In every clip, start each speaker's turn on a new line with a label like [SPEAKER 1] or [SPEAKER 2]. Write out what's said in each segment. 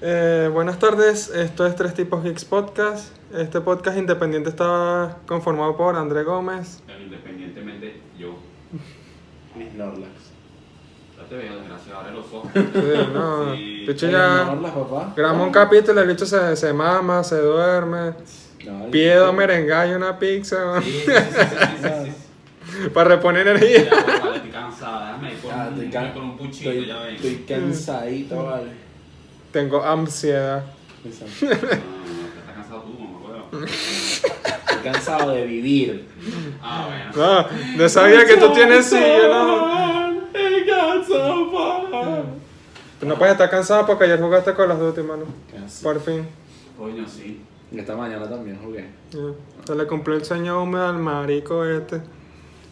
[SPEAKER 1] Eh, buenas tardes, esto es Tres Tipos Geeks Podcast. Este podcast independiente está conformado por André Gómez.
[SPEAKER 2] Independientemente, yo
[SPEAKER 3] Mis Norlax.
[SPEAKER 2] ya te veo, desgraciado, abre los ojos.
[SPEAKER 1] Sí, eh, no,
[SPEAKER 2] Sí.
[SPEAKER 1] Picho
[SPEAKER 3] Mis
[SPEAKER 1] ya
[SPEAKER 3] Norlax, papá.
[SPEAKER 1] grabamos un capítulo, el bicho se, se mama, se duerme,
[SPEAKER 3] No,
[SPEAKER 1] pide
[SPEAKER 3] yo-
[SPEAKER 1] dos merengay y una pizza
[SPEAKER 2] Sí, sí, sí, sí, sí, sí, sí.
[SPEAKER 1] para reponer energía.
[SPEAKER 2] Ya, pues, vale, estoy cansada, déjame ir con,
[SPEAKER 3] Ah,
[SPEAKER 2] un,
[SPEAKER 3] estoy can-
[SPEAKER 2] con un puchito,
[SPEAKER 3] Estoy,
[SPEAKER 2] ya ven.
[SPEAKER 3] estoy cansadito,
[SPEAKER 1] Mm.
[SPEAKER 3] vale.
[SPEAKER 1] Tengo ansiedad.
[SPEAKER 3] Estoy
[SPEAKER 2] No, no, no, estás cansado tú, mamá, huevo.
[SPEAKER 3] cansado de vivir.
[SPEAKER 2] Ah, bueno.
[SPEAKER 1] No, yo sabía que tú tienes sí, yo no. Mm.
[SPEAKER 3] Estoy cansado, papá.
[SPEAKER 1] Tú no puedes estar cansado porque ayer jugaste con las Duty, mano.
[SPEAKER 3] Cansado.
[SPEAKER 1] Por fin.
[SPEAKER 2] Coño, sí.
[SPEAKER 3] Esta mañana también jugué.
[SPEAKER 1] Ya. Se le cumplió el sueño húmedo al marico este.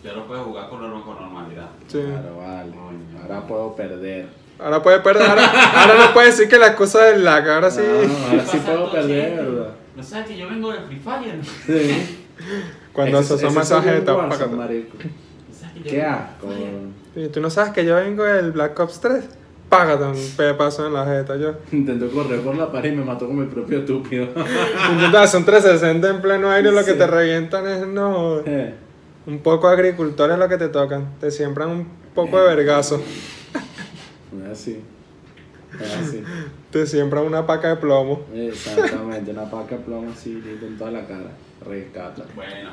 [SPEAKER 2] Ya lo puedes jugar con, norm- con normalidad.
[SPEAKER 1] Sí.
[SPEAKER 3] Claro, vale.
[SPEAKER 2] Coño.
[SPEAKER 3] Ahora puedo perder.
[SPEAKER 1] Ahora puede perder, ahora, ahora no puede decir que la excusa del lag, ahora sí.
[SPEAKER 3] No, ahora sí
[SPEAKER 2] Pasa
[SPEAKER 3] puedo
[SPEAKER 2] todo,
[SPEAKER 3] perder,
[SPEAKER 2] gente.
[SPEAKER 3] ¿verdad?
[SPEAKER 2] No sabes que yo vengo de Free Fire. No
[SPEAKER 3] Sí.
[SPEAKER 1] Cuando
[SPEAKER 3] Ese-
[SPEAKER 1] se
[SPEAKER 3] ese
[SPEAKER 1] asoma
[SPEAKER 3] es
[SPEAKER 1] esa
[SPEAKER 3] un
[SPEAKER 1] jeta,
[SPEAKER 3] Warzone,
[SPEAKER 1] pácate.
[SPEAKER 3] marico.
[SPEAKER 2] sabes que yo
[SPEAKER 3] Qué
[SPEAKER 2] vengo de
[SPEAKER 3] asco.
[SPEAKER 2] Free Fire.
[SPEAKER 1] Y tú no sabes que yo vengo del Black Ops 3. Págate un pepazo en la jeta yo.
[SPEAKER 3] Intentó correr por la pared y me mató con mi propio estúpido.
[SPEAKER 1] Intentas hacer un 360 en pleno aire, lo que
[SPEAKER 3] Sí.
[SPEAKER 1] te revientan es no.
[SPEAKER 3] Eh,
[SPEAKER 1] Un poco agricultores lo que te tocan. Te siembran un poco de vergazo.
[SPEAKER 3] Es así. Es así.
[SPEAKER 1] Te siembran una paca de plomo.
[SPEAKER 3] Exactamente, una paca de plomo así, listo en toda la cara. Rescata.
[SPEAKER 2] Bueno,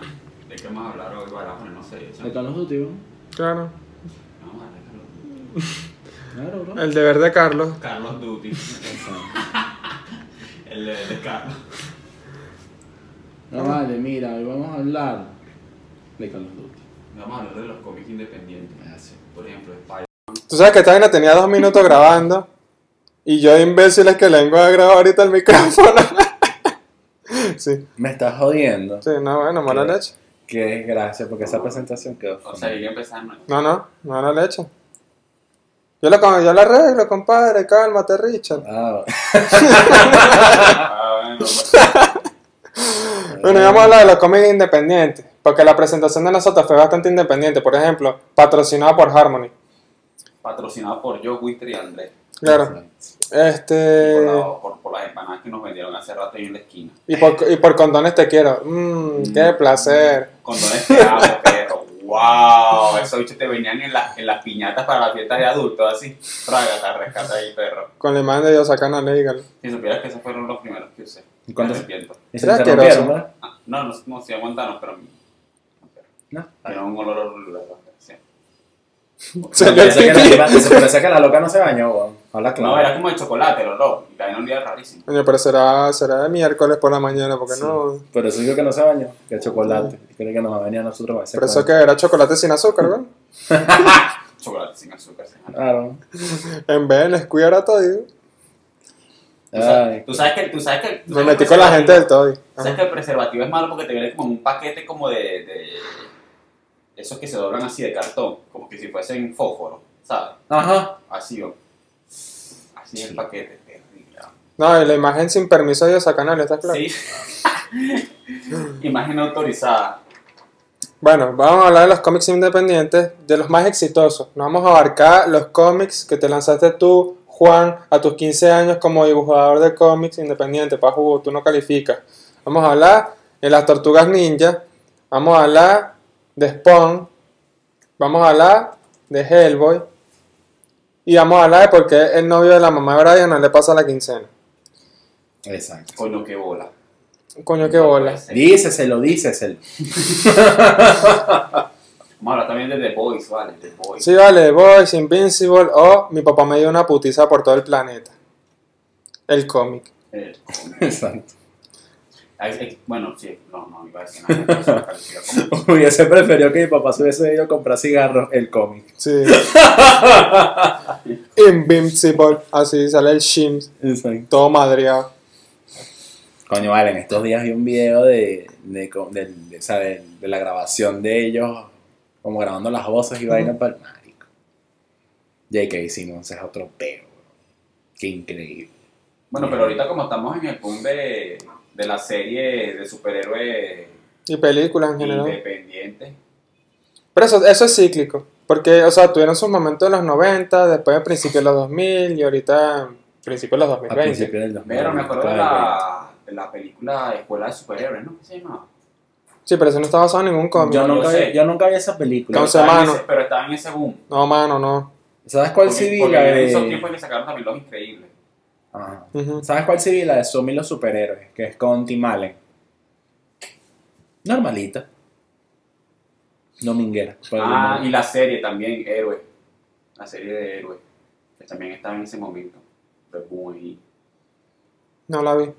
[SPEAKER 2] ¿de qué vamos a hablar hoy? Para ponernos serios.
[SPEAKER 3] ¿Ahí
[SPEAKER 2] chamo.
[SPEAKER 3] están los últimos?
[SPEAKER 1] Claro.
[SPEAKER 2] Vamos a hablar de Carlos Duty.
[SPEAKER 3] Claro, bro.
[SPEAKER 1] El deber de Carlos.
[SPEAKER 2] Carlos Duty.
[SPEAKER 3] Exacto.
[SPEAKER 2] El de, de Carlos.
[SPEAKER 3] No vale, mira, hoy vamos a hablar de Call of Duty.
[SPEAKER 2] Vamos a hablar de los cómics independientes. Por ejemplo, Spider.
[SPEAKER 1] Tú sabes que esta vaina tenía dos minutos grabando. Y yo, imbécil, es que le vengo a grabar ahorita el micrófono. sí.
[SPEAKER 3] Me estás jodiendo.
[SPEAKER 1] Sí, no, bueno, mala leche.
[SPEAKER 3] Que gracias, porque esa presentación quedó.
[SPEAKER 2] O sea, hay que empezar nuevo.
[SPEAKER 1] No, no, mala leche. Yo lo, con- yo lo arreglo, compadre, cálmate, Richard.
[SPEAKER 3] Ah,
[SPEAKER 2] Ah, bueno, pues, Ah,
[SPEAKER 1] Bueno, ya vamos a hablar de los cómics independientes. Porque la presentación de nosotros fue bastante independiente. Por ejemplo, patrocinada por Harmony.
[SPEAKER 2] patrocinado por Joe Wister y Andrés.
[SPEAKER 1] Claro.
[SPEAKER 2] Por,
[SPEAKER 3] Eh.
[SPEAKER 1] Este.
[SPEAKER 2] la- por- por las empanadas que nos vendieron hace rato ahí en la esquina.
[SPEAKER 1] Y por, y por condones te quiero.
[SPEAKER 2] Mm.
[SPEAKER 1] Mmm, qué placer.
[SPEAKER 2] Condones te amo, perro. ¡Wow! Esos bichos te venían en, las en las piñatas para las fiestas de adultos, así. Trágata, rescata ahí, perro.
[SPEAKER 1] Con la imagen de Dios acá no le digan.
[SPEAKER 2] Si supieras que esos fueron los primeros que usé.
[SPEAKER 3] ¿Y cuántos?
[SPEAKER 2] Me arrepiento.
[SPEAKER 3] ¿Y se
[SPEAKER 1] Era
[SPEAKER 3] pues. te
[SPEAKER 1] asqueroso.
[SPEAKER 3] rompieron, ¿verdad?
[SPEAKER 2] Ah, no, no, no, sí, aguantaron, pero.
[SPEAKER 3] No.
[SPEAKER 2] Era un olor horrible. sí.
[SPEAKER 1] Salió el
[SPEAKER 3] Parece que,
[SPEAKER 1] pipí.
[SPEAKER 3] la, parece que la loca no se bañó, weón. Habla claro.
[SPEAKER 2] No, era como de chocolate el olor. Y también olía rarísimo.
[SPEAKER 1] Coño, pero será, será de miércoles por la mañana, porque
[SPEAKER 3] Sí.
[SPEAKER 1] no.
[SPEAKER 3] Por eso digo que no se bañó, que el chocolate. Creo que nos va a venir a nosotros. ese
[SPEAKER 1] Pero eso que
[SPEAKER 3] cuento.
[SPEAKER 1] era chocolate sin azúcar, ¿verdad?
[SPEAKER 2] Chocolate sin azúcar, sin azúcar.
[SPEAKER 3] Claro.
[SPEAKER 1] En vez de Nesquik era todo.
[SPEAKER 2] Tú sabes-
[SPEAKER 3] Ay,
[SPEAKER 2] Tú sabes que. Tú sabes que tú
[SPEAKER 1] Me
[SPEAKER 2] sabes que
[SPEAKER 1] metí con la gente del todo.
[SPEAKER 2] ¿Sabes que el preservativo es malo porque te viene como en un paquete como de, de- Esos que se doblan así de cartón, como que si fuesen fósforo, ¿sabes?
[SPEAKER 3] Ajá.
[SPEAKER 2] Así o. Así es el paquete, terrible. ¿no?
[SPEAKER 1] No, y la imagen sin permiso de Dios canal, ¿está claro?
[SPEAKER 2] Sí. Imagen no autorizada.
[SPEAKER 1] Bueno, vamos a hablar de los cómics independientes, de los más exitosos. Nos vamos a abarcar los cómics que te lanzaste tú, Juan, a tus 15 años como dibujador de cómics independiente. Paju, tú no calificas. Vamos a hablar de las tortugas ninja. Vamos a hablar de Spawn. Vamos a hablar de Hellboy. Y vamos a hablar de por qué el novio de la mamá de Brian no le pasa la quincena.
[SPEAKER 3] Exacto.
[SPEAKER 2] Coño, qué bola.
[SPEAKER 1] Coño, qué
[SPEAKER 2] pues.
[SPEAKER 1] bola.
[SPEAKER 3] Díceselo, díceselo.
[SPEAKER 2] Vamos a hablar también de The Boys, ¿vale? The Boys.
[SPEAKER 1] Sí, vale, The Boys, Invincible o Mi papá me dio una putiza por todo el planeta. El cómic.
[SPEAKER 2] Eh,
[SPEAKER 3] Exacto.
[SPEAKER 2] hay- hay- bueno, sí, no, no, iba a decir nada. pero se me parecía como-
[SPEAKER 3] Hubiese preferido que mi papá se hubiese ido a comprar cigarros el cómic.
[SPEAKER 1] Sí. Invincible, así sale el Shims,
[SPEAKER 3] Exacto.
[SPEAKER 1] todo madreado.
[SPEAKER 3] Coño, vale, en estos días vi un video de, de, co- del- de- o sea, de- de la grabación de ellos, como grabando las voces y vaina para el marico. J.K. Simmons es otro peo, bro. Qué increíble.
[SPEAKER 2] Bueno, pero ahorita como estamos en el boom de, de la serie de superhéroes
[SPEAKER 1] Y películas en general.
[SPEAKER 2] independientes,
[SPEAKER 1] Pero eso, eso es cíclico. Porque, o sea, tuvieron sus momentos en los 90, después al principio de los 2000 y ahorita Principio de los
[SPEAKER 3] A
[SPEAKER 1] 2020.
[SPEAKER 3] principios del 2000.
[SPEAKER 2] Pero Pues me acuerdo de la, de la película Escuela de Superhéroes, ¿no? ¿Qué se llamaba?
[SPEAKER 1] Sí, pero eso no está basado en ningún cómic.
[SPEAKER 3] Yo
[SPEAKER 2] no-
[SPEAKER 3] nunca,
[SPEAKER 2] Yo
[SPEAKER 3] vi,
[SPEAKER 2] sé.
[SPEAKER 3] yo nunca vi esa película.
[SPEAKER 2] Pero
[SPEAKER 1] Causa
[SPEAKER 2] estaba en
[SPEAKER 1] mano.
[SPEAKER 2] ese- Pero estaba en ese boom.
[SPEAKER 1] No, mano, no.
[SPEAKER 3] ¿Sabes cuál
[SPEAKER 2] Porque-
[SPEAKER 3] sí vi?
[SPEAKER 2] porque
[SPEAKER 3] La
[SPEAKER 2] en esos
[SPEAKER 3] de...
[SPEAKER 2] tiempos que sacaron también los increíbles.
[SPEAKER 3] Ajá.
[SPEAKER 1] Ujú.
[SPEAKER 3] ¿Sabes cuál sí vi? La de Somi y los superhéroes, que es con Tim Allen. Normalita. Dominguera. por
[SPEAKER 2] Ah,
[SPEAKER 3] algún
[SPEAKER 2] y la serie también, Héroe. La serie de Héroe. Que también estaba en ese momento. Fue boom ahí.
[SPEAKER 1] No la vi.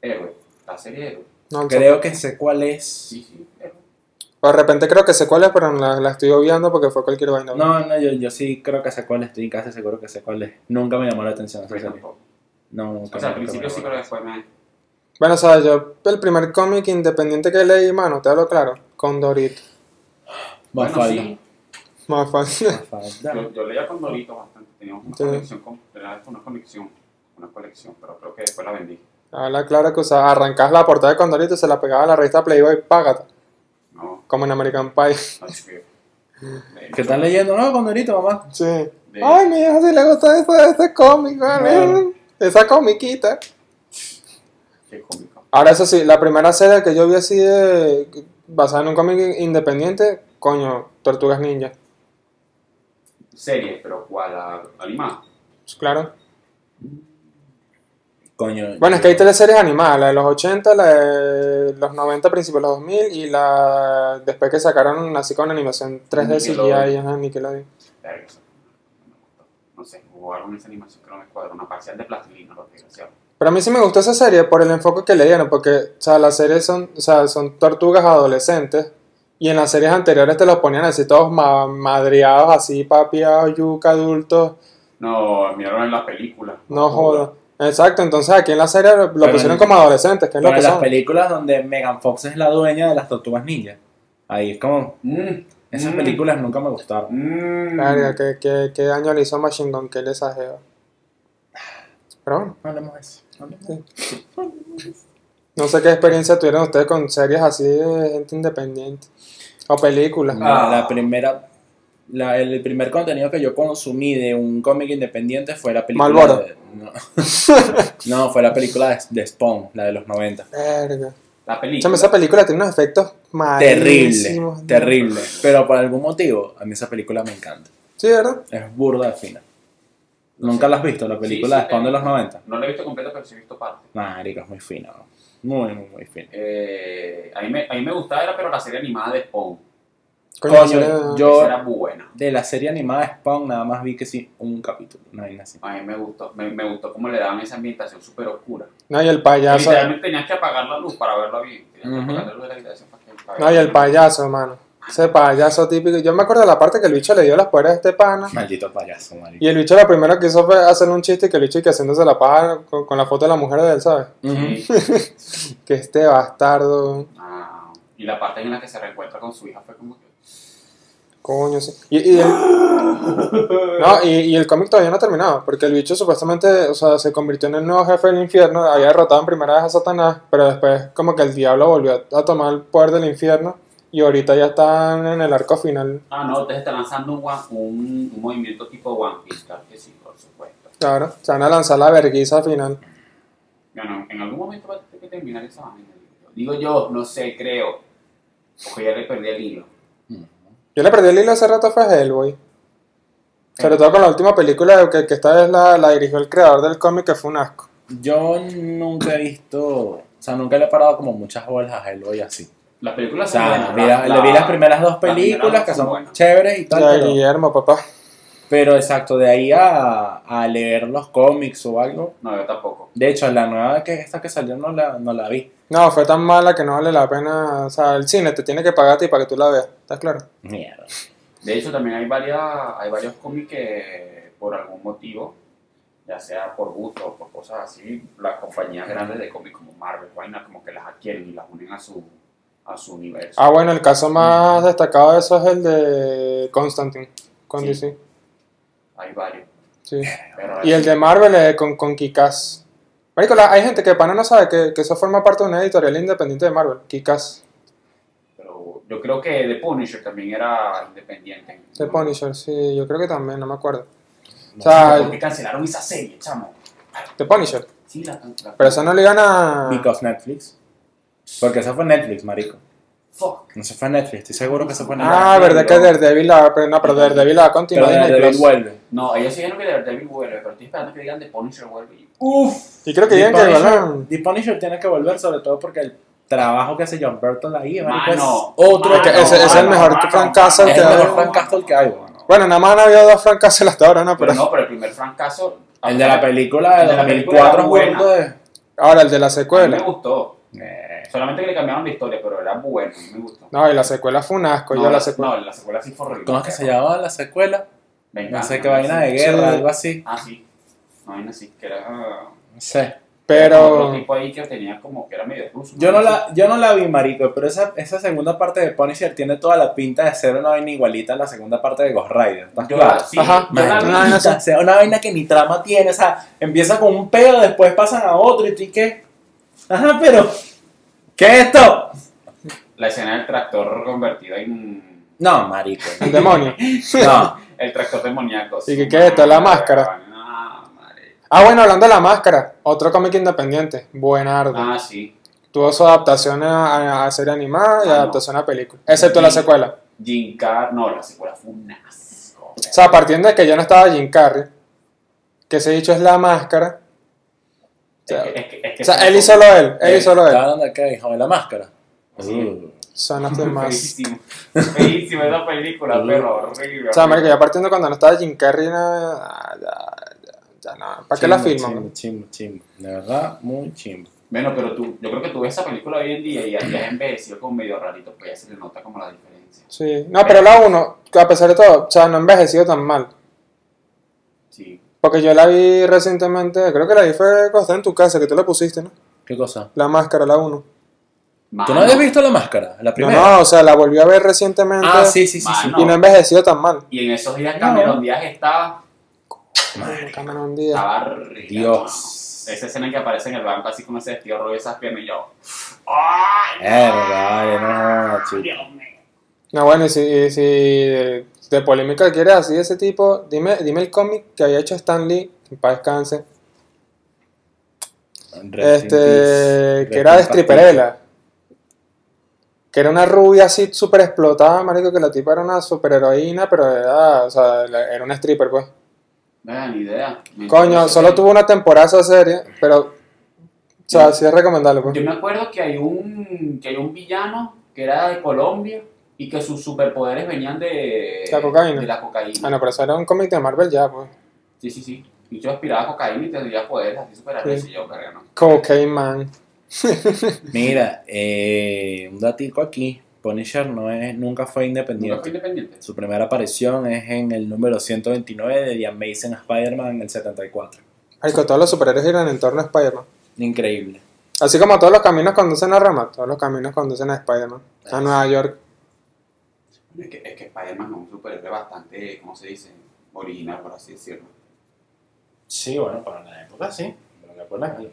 [SPEAKER 2] Héroe. La serie Héroe.
[SPEAKER 1] No,
[SPEAKER 3] Creo que sé cuál es.
[SPEAKER 2] Sí, sí, Héroe.
[SPEAKER 1] De repente creo que sé cuál es, pero la, la estoy obviando porque fue cualquier vaina.
[SPEAKER 3] No, no, yo, yo sí creo que sé cuál es, estoy casi seguro que sé cuál es. Nunca me llamó la atención esa
[SPEAKER 2] Pero
[SPEAKER 3] serie.
[SPEAKER 2] tampoco.
[SPEAKER 3] No, nunca.
[SPEAKER 2] pues, O sea, al
[SPEAKER 3] nunca
[SPEAKER 2] principio
[SPEAKER 3] me
[SPEAKER 2] sí,
[SPEAKER 3] llamó
[SPEAKER 2] pero
[SPEAKER 3] la
[SPEAKER 2] después me.
[SPEAKER 1] Bueno, sabes, yo el primer cómic independiente que leí, mano, te hablo claro, con Dorito.
[SPEAKER 2] Bueno,
[SPEAKER 3] atención.
[SPEAKER 2] sí.
[SPEAKER 1] Más fácil.
[SPEAKER 3] Mafalda, Mafalda.
[SPEAKER 2] Yo, yo leía con Dorito bastante. Teníamos una
[SPEAKER 1] Sí.
[SPEAKER 2] colección. Con, era una colección. Una colección, pero creo que después la vendí.
[SPEAKER 1] habla claro que usaba, arrancabas la portada de Condorito, se la pegaba a la revista Playboy, págata,
[SPEAKER 2] No, Eh,
[SPEAKER 1] como en American Pie.
[SPEAKER 2] no escribí. De
[SPEAKER 3] ¿Qué
[SPEAKER 2] hecho,
[SPEAKER 3] están leyendo? No, Condorito, mamá.
[SPEAKER 1] Sí.
[SPEAKER 2] de-
[SPEAKER 1] Ay, mi hija sí le gusta ese, ese cómic, vale.
[SPEAKER 3] Claro.
[SPEAKER 1] Esa comiquita.
[SPEAKER 2] Qué cómico.
[SPEAKER 1] Ahora, eso sí, la primera serie que yo vi así de. basada en un cómic independiente, coño, Tortugas Ninja.
[SPEAKER 2] Serie, pero ¿cuál? ¿La animada?
[SPEAKER 1] Pues, Claro.
[SPEAKER 3] Coño.
[SPEAKER 1] Bueno, es que hay tres series animadas: la de los 80, la de los 90, principios de los 2000 y la. después que sacaron así con animación 3D
[SPEAKER 2] Nickelodeon.
[SPEAKER 1] CGI, ajá, Nickelodeon.
[SPEAKER 2] Verga, eso no me gustó. No sé, jugaron esa animación que no me cuadra. Una parcial de plastilina, los desgraciados.
[SPEAKER 1] Pero a mí sí me gustó esa serie por el enfoque que le dieron, porque, o sea, las series son, o sea, son tortugas adolescentes, y en las series anteriores te los ponían así todos ma- madreados, así, papiados, yuca, adultos,
[SPEAKER 2] No, miraron en las películas.
[SPEAKER 1] no joda. Exacto, entonces aquí en la serie lo
[SPEAKER 3] Pero
[SPEAKER 1] pusieron
[SPEAKER 3] en-
[SPEAKER 1] como adolescentes, que es lo que
[SPEAKER 3] Pero en las
[SPEAKER 1] son.
[SPEAKER 3] películas donde Megan Fox es la dueña de las tortugas ninja. Ahí es como.
[SPEAKER 2] Mm,
[SPEAKER 3] Esas
[SPEAKER 2] mm,
[SPEAKER 3] películas nunca me gustaron.
[SPEAKER 2] mm.
[SPEAKER 1] Verga, ¿qué, qué, qué daño le hizo Machine Gun Kelly a esa jeva? Pero bueno,
[SPEAKER 3] No hablemos de eso. no hablemos de eso.
[SPEAKER 1] no sé qué experiencia tuvieron ustedes con series así de gente independiente, o películas.
[SPEAKER 3] No,
[SPEAKER 2] Ah.
[SPEAKER 3] La primera. la- el primer contenido que yo consumí de un cómic independiente fue la película.
[SPEAKER 1] Malboro.
[SPEAKER 3] de- no. No, fue la película de, de Spawn, la de los 90.
[SPEAKER 1] Verga.
[SPEAKER 2] La
[SPEAKER 1] Chamo,
[SPEAKER 2] película.
[SPEAKER 1] esa película tiene unos efectos malísimos.
[SPEAKER 3] Terrible, terrible. Pero por algún motivo, a mí esa película me encanta.
[SPEAKER 1] Sí, ¿verdad?
[SPEAKER 3] Es burda de fina. ¿Nunca la has visto, la película
[SPEAKER 2] sí,
[SPEAKER 3] de Spawn de
[SPEAKER 2] pero-
[SPEAKER 3] los 90?
[SPEAKER 2] No la he visto completa, pero sí he visto parte.
[SPEAKER 3] Marico, es muy fina, bro. Muy, muy, muy fina.
[SPEAKER 2] Eh, a, mí me, a mí me gustaba, era, pero la serie animada de Spawn.
[SPEAKER 1] Coño,
[SPEAKER 3] Coño,
[SPEAKER 1] sería-
[SPEAKER 3] Yo-
[SPEAKER 2] Esa era buena.
[SPEAKER 3] De la serie animada de Spawn, nada más vi que sí, un capítulo. Una vaina así.
[SPEAKER 2] A mí me gustó. Me, me gustó cómo le daban esa ambientación súper oscura.
[SPEAKER 1] No, y el payaso.
[SPEAKER 2] Literalmente tenías que apagar la luz para verlo bien. Tenías que
[SPEAKER 3] Ujú. Ah,
[SPEAKER 2] apagar la luz de la habitación para que- para
[SPEAKER 1] No, y el
[SPEAKER 2] verlo bien.
[SPEAKER 1] payaso, hermano. Ese payaso típico. Yo me acuerdo de la parte que el bicho le dio las poderes a este pana.
[SPEAKER 3] Maldito payaso, marico.
[SPEAKER 1] Y el bicho lo primero que hizo fue hacerle un chiste y que el bicho y que haciéndose la paja con, con la foto de la mujer de él, ¿sabes?
[SPEAKER 3] Ujú.
[SPEAKER 2] Sí.
[SPEAKER 1] Que este bastardo.
[SPEAKER 2] Ah, y la parte en la que se reencuentra con su hija fue como que.
[SPEAKER 1] Coño, sí. Y, y el, no, y, y el cómic todavía no ha terminado. Porque el bicho supuestamente, o sea, se convirtió en el nuevo jefe del infierno. Había derrotado en primera vez a Satanás. Pero después, como que el diablo volvió a, a tomar el poder del infierno. Y ahorita ya están en el arco final.
[SPEAKER 2] Ah, no, ustedes están lanzando un, one- un, un movimiento tipo One Piece, claro que sí, por supuesto.
[SPEAKER 1] Claro, se van a lanzar la verguiza final.
[SPEAKER 2] Bueno, en algún momento va a tener que terminar esa vaina. Digo yo, no sé, creo. Porque ya le perdí el hilo.
[SPEAKER 1] Yo le perdí el hilo hace rato fue a Hellboy. Sobre todo con la última película que, que esta vez la, la dirigió el creador del cómic que fue un asco.
[SPEAKER 3] Yo nunca he visto. O sea, nunca le he parado como muchas bolas a Hellboy así.
[SPEAKER 2] Las películas
[SPEAKER 3] O
[SPEAKER 2] son
[SPEAKER 3] sea,
[SPEAKER 2] buenas,
[SPEAKER 3] vi
[SPEAKER 2] la-
[SPEAKER 3] la- le vi las primeras dos
[SPEAKER 2] las primeras
[SPEAKER 3] películas
[SPEAKER 2] dos
[SPEAKER 3] que
[SPEAKER 2] son
[SPEAKER 3] son
[SPEAKER 2] buenas.
[SPEAKER 3] chéveres y tal.
[SPEAKER 1] Ya,
[SPEAKER 3] pero-
[SPEAKER 1] Guillermo, papá.
[SPEAKER 3] Pero exacto, de ahí a, a leer los cómics o algo.
[SPEAKER 2] No, yo tampoco.
[SPEAKER 3] De hecho, la nueva que esta que salió no la, no la vi.
[SPEAKER 1] No, fue tan mala que no vale la pena. O sea, el cine te tiene que pagar a ti para que tú la veas. ¿Estás claro?
[SPEAKER 3] Mierda.
[SPEAKER 2] De hecho, también hay, varias, hay varios cómics que por algún motivo, ya sea por gusto o por cosas así, las compañías grandes de cómics como Marvel, vaina, como que las adquieren y las unen a su, a su universo.
[SPEAKER 1] Ah, bueno, el caso más destacado de eso es el de Constantine. Con
[SPEAKER 2] Sí.
[SPEAKER 1] DC.
[SPEAKER 2] Hay varios.
[SPEAKER 1] Sí.
[SPEAKER 2] Pero
[SPEAKER 1] Y el de Marvel es con, con Kikaz. Marico, la- hay gente que pana no sabe que, que eso forma parte de una editorial independiente de Marvel. Kikaz.
[SPEAKER 2] Pero yo creo que The Punisher también era independiente.
[SPEAKER 1] The
[SPEAKER 2] ¿no?
[SPEAKER 1] Punisher, sí, yo creo que también, no me acuerdo.
[SPEAKER 3] No
[SPEAKER 1] o sea,
[SPEAKER 2] Porque cancelaron esa serie, chamo.
[SPEAKER 1] The Punisher.
[SPEAKER 2] Sí, la, la
[SPEAKER 1] Pero eso no le gana.
[SPEAKER 3] Because Netflix. Porque eso fue Netflix, marico.
[SPEAKER 2] Fuck.
[SPEAKER 3] No se fue Netflix, estoy seguro que eso fue Netflix.
[SPEAKER 1] Ah, verdad que Daredevil la va- pero no, pero Daredevil la va a
[SPEAKER 3] pero
[SPEAKER 1] continuar en
[SPEAKER 3] de
[SPEAKER 1] Disney
[SPEAKER 3] David
[SPEAKER 1] Plus.
[SPEAKER 3] vuelve.
[SPEAKER 2] No, ellos dijeron que Daredevil vuelve, pero estoy esperando que digan The Punisher vuelve. Y-
[SPEAKER 3] Uf.
[SPEAKER 1] Y creo que
[SPEAKER 3] The
[SPEAKER 1] digan que
[SPEAKER 3] Punisher-
[SPEAKER 1] vuelvan.
[SPEAKER 3] The Punisher tiene que volver, sobre todo porque el trabajo que hace John Burton ahí, marico,
[SPEAKER 2] Mano,
[SPEAKER 3] es otro.
[SPEAKER 2] mano,
[SPEAKER 1] que ese- ese es el mejor Frank Castle
[SPEAKER 3] es
[SPEAKER 1] que
[SPEAKER 3] el
[SPEAKER 1] hay.
[SPEAKER 3] mejor Frank Castle que hay, bueno.
[SPEAKER 1] Bueno, nada más han habido dos francas hasta ahora, ¿no?
[SPEAKER 2] Pero
[SPEAKER 1] Ah, Pero,
[SPEAKER 2] no, pero el primer fracaso.
[SPEAKER 3] El de la película de
[SPEAKER 2] El de la película
[SPEAKER 3] 2004
[SPEAKER 2] era buena.
[SPEAKER 3] burdo de-
[SPEAKER 1] Ahora, el de la
[SPEAKER 2] A mí me
[SPEAKER 1] secuela.
[SPEAKER 2] gustó.
[SPEAKER 3] Eh,
[SPEAKER 2] Solamente que le cambiaron la historia, pero era bueno, me gustó.
[SPEAKER 1] No, y la secuela fue un asco. Pues yo
[SPEAKER 2] no,
[SPEAKER 1] la secuela.
[SPEAKER 2] no, la secuela sí fue horrible.
[SPEAKER 3] ¿Cómo es que se llamaba la secuela?
[SPEAKER 2] Venga.
[SPEAKER 3] No sé qué vaina de guerra,
[SPEAKER 1] Sí.
[SPEAKER 3] algo así.
[SPEAKER 2] Ah, sí. No, vaina sí, que era.
[SPEAKER 3] No sé.
[SPEAKER 2] Otro
[SPEAKER 1] pero.
[SPEAKER 2] tipo ahí que tenía como que era medio ruso.
[SPEAKER 3] Yo no la, yo no la vi, marico, pero esa, esa segunda parte de Punisher tiene toda la pinta de ser una vaina igualita a la segunda parte de Ghost Rider. ¿Estás
[SPEAKER 2] Yo
[SPEAKER 3] claro?
[SPEAKER 2] la- sí,
[SPEAKER 1] Ajá,
[SPEAKER 2] yo la
[SPEAKER 3] Marico,
[SPEAKER 2] vi.
[SPEAKER 1] no, no,
[SPEAKER 3] o sea, una vaina que ni trama tiene, o sea, empieza con un pedo, después pasan a otro y tú y qué. Ajá, pero. ¿Qué es esto?
[SPEAKER 2] La escena del tractor convertido en.
[SPEAKER 3] No, marico.
[SPEAKER 1] El demonio.
[SPEAKER 3] No.
[SPEAKER 2] El tractor demoníaco.
[SPEAKER 1] ¿Y qué- qué es esto? ¿La máscara?
[SPEAKER 2] Ah, madre.
[SPEAKER 1] Ah, bueno, hablando de la máscara. Otro cómic independiente. Buenardo.
[SPEAKER 2] Ah, sí.
[SPEAKER 1] Tuvo su adaptación a, a- a serie animada y
[SPEAKER 2] Ah, no.
[SPEAKER 1] adaptación a película. Excepto la
[SPEAKER 2] Sí.
[SPEAKER 1] secuela.
[SPEAKER 2] Jim Carrey. No, la secuela fue un asco.
[SPEAKER 1] O sea, partiendo de que yo no estaba Jim Carrey, que ese dicho es la máscara. O sea,
[SPEAKER 2] Es que- es que- es que-
[SPEAKER 1] o sea, él y solo él, él y solo
[SPEAKER 3] Estaba
[SPEAKER 1] él.
[SPEAKER 3] hablando acá, hijo de la máscara.
[SPEAKER 2] Sí.
[SPEAKER 3] Uh.
[SPEAKER 1] Son los demás.
[SPEAKER 2] Feísimo. Feísimo esa película,
[SPEAKER 3] Mm.
[SPEAKER 2] pero horrible.
[SPEAKER 1] O sea, marico, ya partiendo cuando no estaba Jim Carrey, no, ya, ya, ya no. ¿Para qué la
[SPEAKER 3] Chimbo,
[SPEAKER 1] filman?
[SPEAKER 3] Chimbo, chimbo, chimbo. De verdad, muy chimbo.
[SPEAKER 2] Bueno, pero tú, yo creo que tú ves esa película hoy en día y ya es embellecido como medio rarito, pues ya se le nota como la diferencia.
[SPEAKER 1] Sí. No, pero la uno, a pesar de todo, o sea, no ha envejecido tan mal.
[SPEAKER 2] Sí.
[SPEAKER 1] Porque yo la vi recientemente, creo que la vi fue cuando estaba en tu casa, que tú la pusiste, ¿no?
[SPEAKER 3] ¿Qué cosa?
[SPEAKER 1] La máscara, la uno.
[SPEAKER 3] ¿Tú no habías visto la máscara? La
[SPEAKER 1] No,
[SPEAKER 3] primera.
[SPEAKER 1] no, o sea, la volví a ver recientemente
[SPEAKER 3] Ah, sí, sí, sí. sí.
[SPEAKER 2] Mano.
[SPEAKER 1] y no ha envejecido tan mal.
[SPEAKER 2] Y en esos días Cameron
[SPEAKER 3] No.
[SPEAKER 2] Díaz estaba,
[SPEAKER 1] Cámara un día.
[SPEAKER 2] estaba rica,
[SPEAKER 3] Dios.
[SPEAKER 2] mano. Esa escena en que aparece en el banco así con ese vestido rollo y esas piernas y yo. ¡Ay!
[SPEAKER 3] Verga, vale, Eh, no, chico.
[SPEAKER 2] Dios mío.
[SPEAKER 1] No, bueno, y si, y si de, de polémica quieres así de ese tipo, dime, dime el cómic que había hecho Stan Lee, en paz descanse,
[SPEAKER 3] Rest in
[SPEAKER 1] este,
[SPEAKER 3] peace.
[SPEAKER 1] que era de
[SPEAKER 3] Rest in peace.
[SPEAKER 1] stripperela, que era una rubia así súper explotada, marico, que la tipa era una superheroína, pero era, o sea, la- era una stripper, pues.
[SPEAKER 2] No era ni idea. Me
[SPEAKER 1] Coño,
[SPEAKER 2] interesa.
[SPEAKER 1] solo tuvo una temporada esa serie, pero, o sea, sí es recomendable, pues.
[SPEAKER 2] Yo me acuerdo que hay un que hay un villano que era de Colombia y que sus superpoderes venían de
[SPEAKER 1] La cocaína. Ah,
[SPEAKER 2] De la cocaína.
[SPEAKER 1] Bueno, pero eso era un cómic de Marvel ya, pues.
[SPEAKER 2] Sí, sí, sí. Y yo aspiraba a cocaína y tendría poderes así super agresivos, yo creo, ¿no?
[SPEAKER 1] Cocaine Man.
[SPEAKER 3] Mira, eh, un datico aquí. Punisher no es, nunca fue
[SPEAKER 2] Nunca fui
[SPEAKER 3] independiente.
[SPEAKER 2] independiente.
[SPEAKER 3] Su primera aparición es en el número 129 de The Amazing Spider-Man en el 74.
[SPEAKER 1] Marico, todos los superhéroes giran en torno a Spider-Man.
[SPEAKER 3] Increíble.
[SPEAKER 1] Así como todos los caminos conducen a Roma, todos los caminos conducen a Spider-Man. A Nueva York.
[SPEAKER 2] Es que, es que Spider-Man es un superhéroe bastante, ¿cómo se dice? Original, por así decirlo.
[SPEAKER 3] Sí, bueno, para la época sí.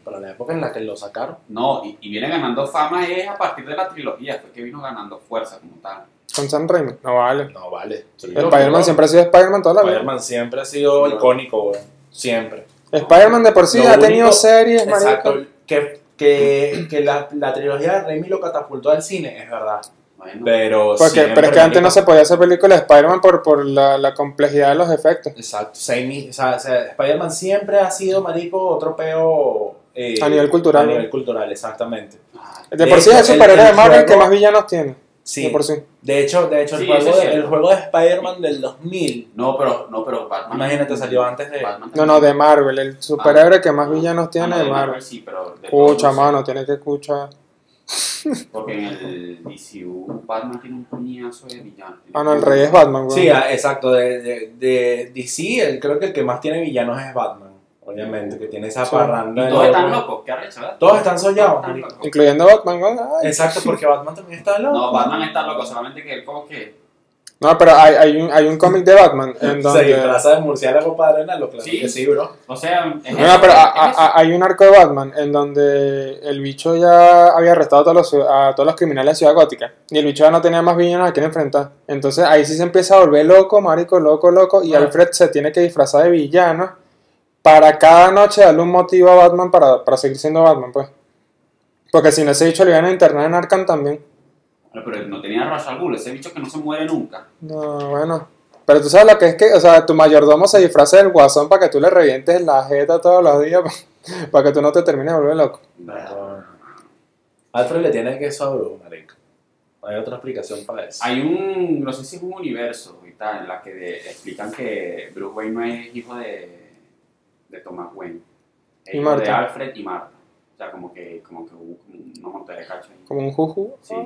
[SPEAKER 3] Para la época en la que lo sacaron.
[SPEAKER 2] No, y, y viene ganando fama es a partir de la trilogía, fue que vino ganando fuerza como tal.
[SPEAKER 1] Con Sam Raimi. No vale.
[SPEAKER 4] No, vale. Sí,
[SPEAKER 1] El Spider-Man siempre ha sido Spider-Man toda la vida.
[SPEAKER 4] Spider-Man siempre ha sido
[SPEAKER 2] No.
[SPEAKER 4] icónico, güey. Siempre.
[SPEAKER 1] Spider-Man de por sí
[SPEAKER 4] Lo
[SPEAKER 1] ha
[SPEAKER 4] único-
[SPEAKER 1] tenido series,
[SPEAKER 4] Exacto.
[SPEAKER 1] marico.
[SPEAKER 4] Que, que, que la, la trilogía de Raimi lo catapultó al cine, es verdad.
[SPEAKER 2] Bueno,
[SPEAKER 4] Pero
[SPEAKER 1] Porque,
[SPEAKER 4] siempre,
[SPEAKER 1] pero es que antes no
[SPEAKER 4] marico,
[SPEAKER 1] se podía hacer películas de Spider-Man por, por la, la complejidad de los efectos.
[SPEAKER 4] Exacto. Sammy- o sea, o sea, Spider-Man siempre ha sido, marico, otro peo... eh,
[SPEAKER 1] A nivel cultural,
[SPEAKER 4] A
[SPEAKER 1] ¿no?
[SPEAKER 4] nivel cultural, exactamente.
[SPEAKER 2] ah,
[SPEAKER 1] De por
[SPEAKER 4] De
[SPEAKER 1] sí es el
[SPEAKER 4] hecho, el-
[SPEAKER 1] superhéroe de
[SPEAKER 4] el
[SPEAKER 1] Marvel que
[SPEAKER 4] juego-
[SPEAKER 1] más villanos tiene.
[SPEAKER 4] Sí.
[SPEAKER 1] De por sí.
[SPEAKER 4] De hecho, de hecho el,
[SPEAKER 2] Sí, eso
[SPEAKER 4] juego,
[SPEAKER 2] es
[SPEAKER 4] de,
[SPEAKER 2] cierto.
[SPEAKER 4] el juego de Spider-Man del 2000,
[SPEAKER 2] no, pero, no, pero Batman.
[SPEAKER 4] Imagínate, salió antes de-
[SPEAKER 2] Batman
[SPEAKER 1] No, no, de Marvel. El superhéroe que más villanos
[SPEAKER 2] Ah,
[SPEAKER 1] tiene
[SPEAKER 2] no,
[SPEAKER 1] de
[SPEAKER 2] de
[SPEAKER 1] Marvel.
[SPEAKER 2] Sí, pero de
[SPEAKER 1] Escucha,
[SPEAKER 2] todos,
[SPEAKER 1] mano, tiene que escuchar.
[SPEAKER 2] Porque en el DCU Batman tiene un puñazo de villanos.
[SPEAKER 1] Ah, no, el rey es Batman, güey.
[SPEAKER 4] Sí, ah, exacto. De, de, de DC, el, creo que el que más tiene villanos es Batman. Obviamente, que tiene esa
[SPEAKER 1] Sí.
[SPEAKER 4] parranda.
[SPEAKER 2] Y todos están
[SPEAKER 4] enorme.
[SPEAKER 2] locos, qué arrecho, ¿verdad?
[SPEAKER 4] Todos están sollados.
[SPEAKER 2] Todos están locos.
[SPEAKER 1] Incluyendo Batman, güey. Ay.
[SPEAKER 4] Exacto, porque Batman también está loco.
[SPEAKER 2] No, Batman está loco, solamente que él como que...
[SPEAKER 1] No, pero hay, hay un, hay un cómic de Batman en
[SPEAKER 4] Se
[SPEAKER 1] donde...
[SPEAKER 4] disfraza de murciélago para arenal, lo claro
[SPEAKER 2] Sí.
[SPEAKER 4] que sí, bro.
[SPEAKER 2] O sea, es
[SPEAKER 1] No, no, pero ah, a- a-
[SPEAKER 2] es
[SPEAKER 1] a- hay un arco de Batman en donde el bicho ya había arrestado a todos los, ciu- a todos los criminales de Ciudad Gótica y el bicho ya no tenía más villanos a quien enfrentar. Entonces ahí sí se empieza a volver loco, marico, loco, loco y
[SPEAKER 4] Ah.
[SPEAKER 1] Alfred se tiene que disfrazar de villano para cada noche darle un motivo a Batman para, para seguir siendo Batman, pues. Porque si no, ese bicho lo iban a internar en Arkham también.
[SPEAKER 2] Bueno, pero no tenía Rachel Bull, ese bicho que no se muere nunca.
[SPEAKER 1] No, bueno. Pero tú sabes lo que es que, o sea, tu mayordomo se disfraza del guasón para que tú le revientes la jeta todos los días, pa- para que tú no te termines de volver loco.
[SPEAKER 4] Alfred le tiene que eso a Bruce, marico. No hay otra explicación para eso.
[SPEAKER 2] Hay un, no sé si es un universo y tal, en la que de- explican que Bruce Wayne no es hijo de, de Thomas Wayne. Es
[SPEAKER 1] Y
[SPEAKER 2] hijo de
[SPEAKER 1] Marta.
[SPEAKER 2] Alfred y Marta. O sea, como que, como que hubo como una monta de cacho. ahí.
[SPEAKER 1] Como un juju.
[SPEAKER 2] Sí.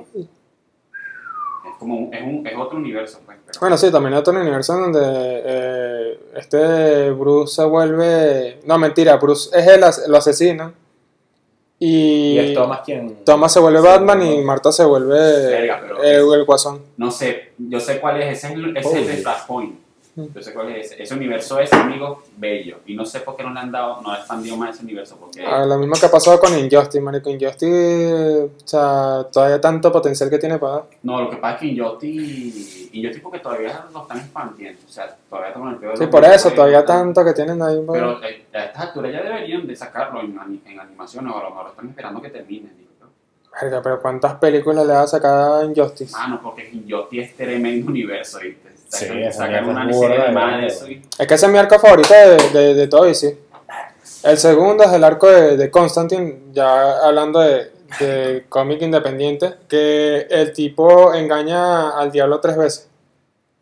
[SPEAKER 2] Es como un- es, un, es otro universo, pues. Pero,
[SPEAKER 1] Bueno, sí, también hay otro universo en donde eh, este Bruce se vuelve. No, mentira, Bruce es el, as- lo asesina. Y,
[SPEAKER 4] Y es Thomas quien.
[SPEAKER 1] Thomas se vuelve
[SPEAKER 4] Sí,
[SPEAKER 1] Batman
[SPEAKER 4] ¿no?
[SPEAKER 1] y Marta se vuelve
[SPEAKER 2] Verga, pero-
[SPEAKER 1] eh, el, guasón.
[SPEAKER 2] no sé, yo sé cuál es, ese es el, ese es el
[SPEAKER 4] Holy.
[SPEAKER 2] Flashpoint.
[SPEAKER 1] Mm.
[SPEAKER 2] Yo sé cuál es ese. Ese universo es, amigo, bello. Y no sé por qué no le han dado, no han expandido más ese universo, porque
[SPEAKER 1] Ah, lo mismo que ha pasado con Injustice, marico. Injustice, o sea, todavía tanto potencial que tiene para dar.
[SPEAKER 2] No, lo que pasa es que Injoti, Injoti porque todavía no están expandiendo, o sea, todavía están en el peor. de
[SPEAKER 1] Sí,
[SPEAKER 2] los
[SPEAKER 1] por
[SPEAKER 2] mundos,
[SPEAKER 1] eso,
[SPEAKER 2] pues,
[SPEAKER 1] todavía
[SPEAKER 2] no están-
[SPEAKER 1] tanto que tienen ahí. bueno.
[SPEAKER 2] Pero eh, a estas alturas ya deberían de sacarlo en, ani- en animaciones, o a lo mejor están esperando que termine. digo, ¿no?
[SPEAKER 1] Verga, pero ¿cuántas películas le va a sacar a Injustice?
[SPEAKER 2] Ah, no, porque Injoti es tremendo universo, ¿viste?
[SPEAKER 3] Sí,
[SPEAKER 2] Sacan,
[SPEAKER 3] esa
[SPEAKER 2] sacan
[SPEAKER 3] mierda
[SPEAKER 2] una
[SPEAKER 3] es
[SPEAKER 2] serie
[SPEAKER 3] burda,
[SPEAKER 2] de más de
[SPEAKER 3] ¿verdad?
[SPEAKER 2] eso y...
[SPEAKER 1] Es que ese es mi arco favorito de, de, de todo DC. El segundo es el arco de, de Constantine, ya hablando de, de cómic independiente, que el tipo engaña al diablo tres veces.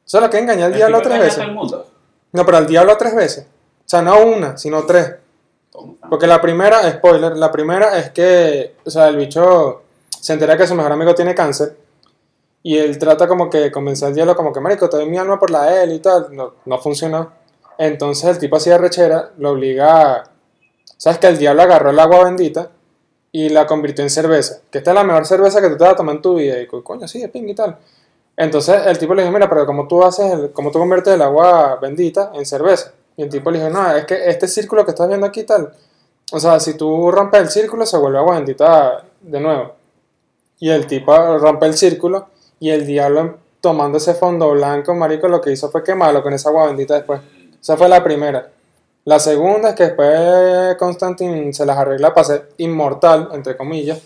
[SPEAKER 1] ¿Solo que engaña al
[SPEAKER 2] El
[SPEAKER 1] diablo
[SPEAKER 2] tipo
[SPEAKER 1] tres
[SPEAKER 2] engaña a
[SPEAKER 1] veces?
[SPEAKER 2] todo el mundo.
[SPEAKER 1] No, pero al diablo tres veces. O sea, no una, sino tres.
[SPEAKER 2] ¿Cómo está?
[SPEAKER 1] Porque la primera, spoiler, la primera es que, o sea, el bicho se entera que su mejor amigo tiene cáncer y él trata como que convencer al diablo como que, marico, te doy mi alma por la de él y tal. No, no funcionó. Entonces el tipo así de rechera lo obliga a... ¿Sabes que el diablo agarró el agua bendita y la convirtió en cerveza? Que esta es la mejor cerveza que tú te vas a tomar en tu vida. Y co- coño, sí, de ping y tal. Entonces el tipo le dijo, mira, pero ¿cómo tú haces, el, cómo tú conviertes el agua bendita en cerveza? Y el tipo le dijo, no, es que este círculo que estás viendo aquí y tal, o sea, si tú rompes el círculo, se vuelve agua bendita de nuevo. Y el tipo rompe el círculo y el diablo tomando ese fondo blanco, marico, lo que hizo fue quemarlo con esa agua bendita después. Esa fue la primera. La segunda es que después Constantine se las arregla para ser inmortal, entre comillas,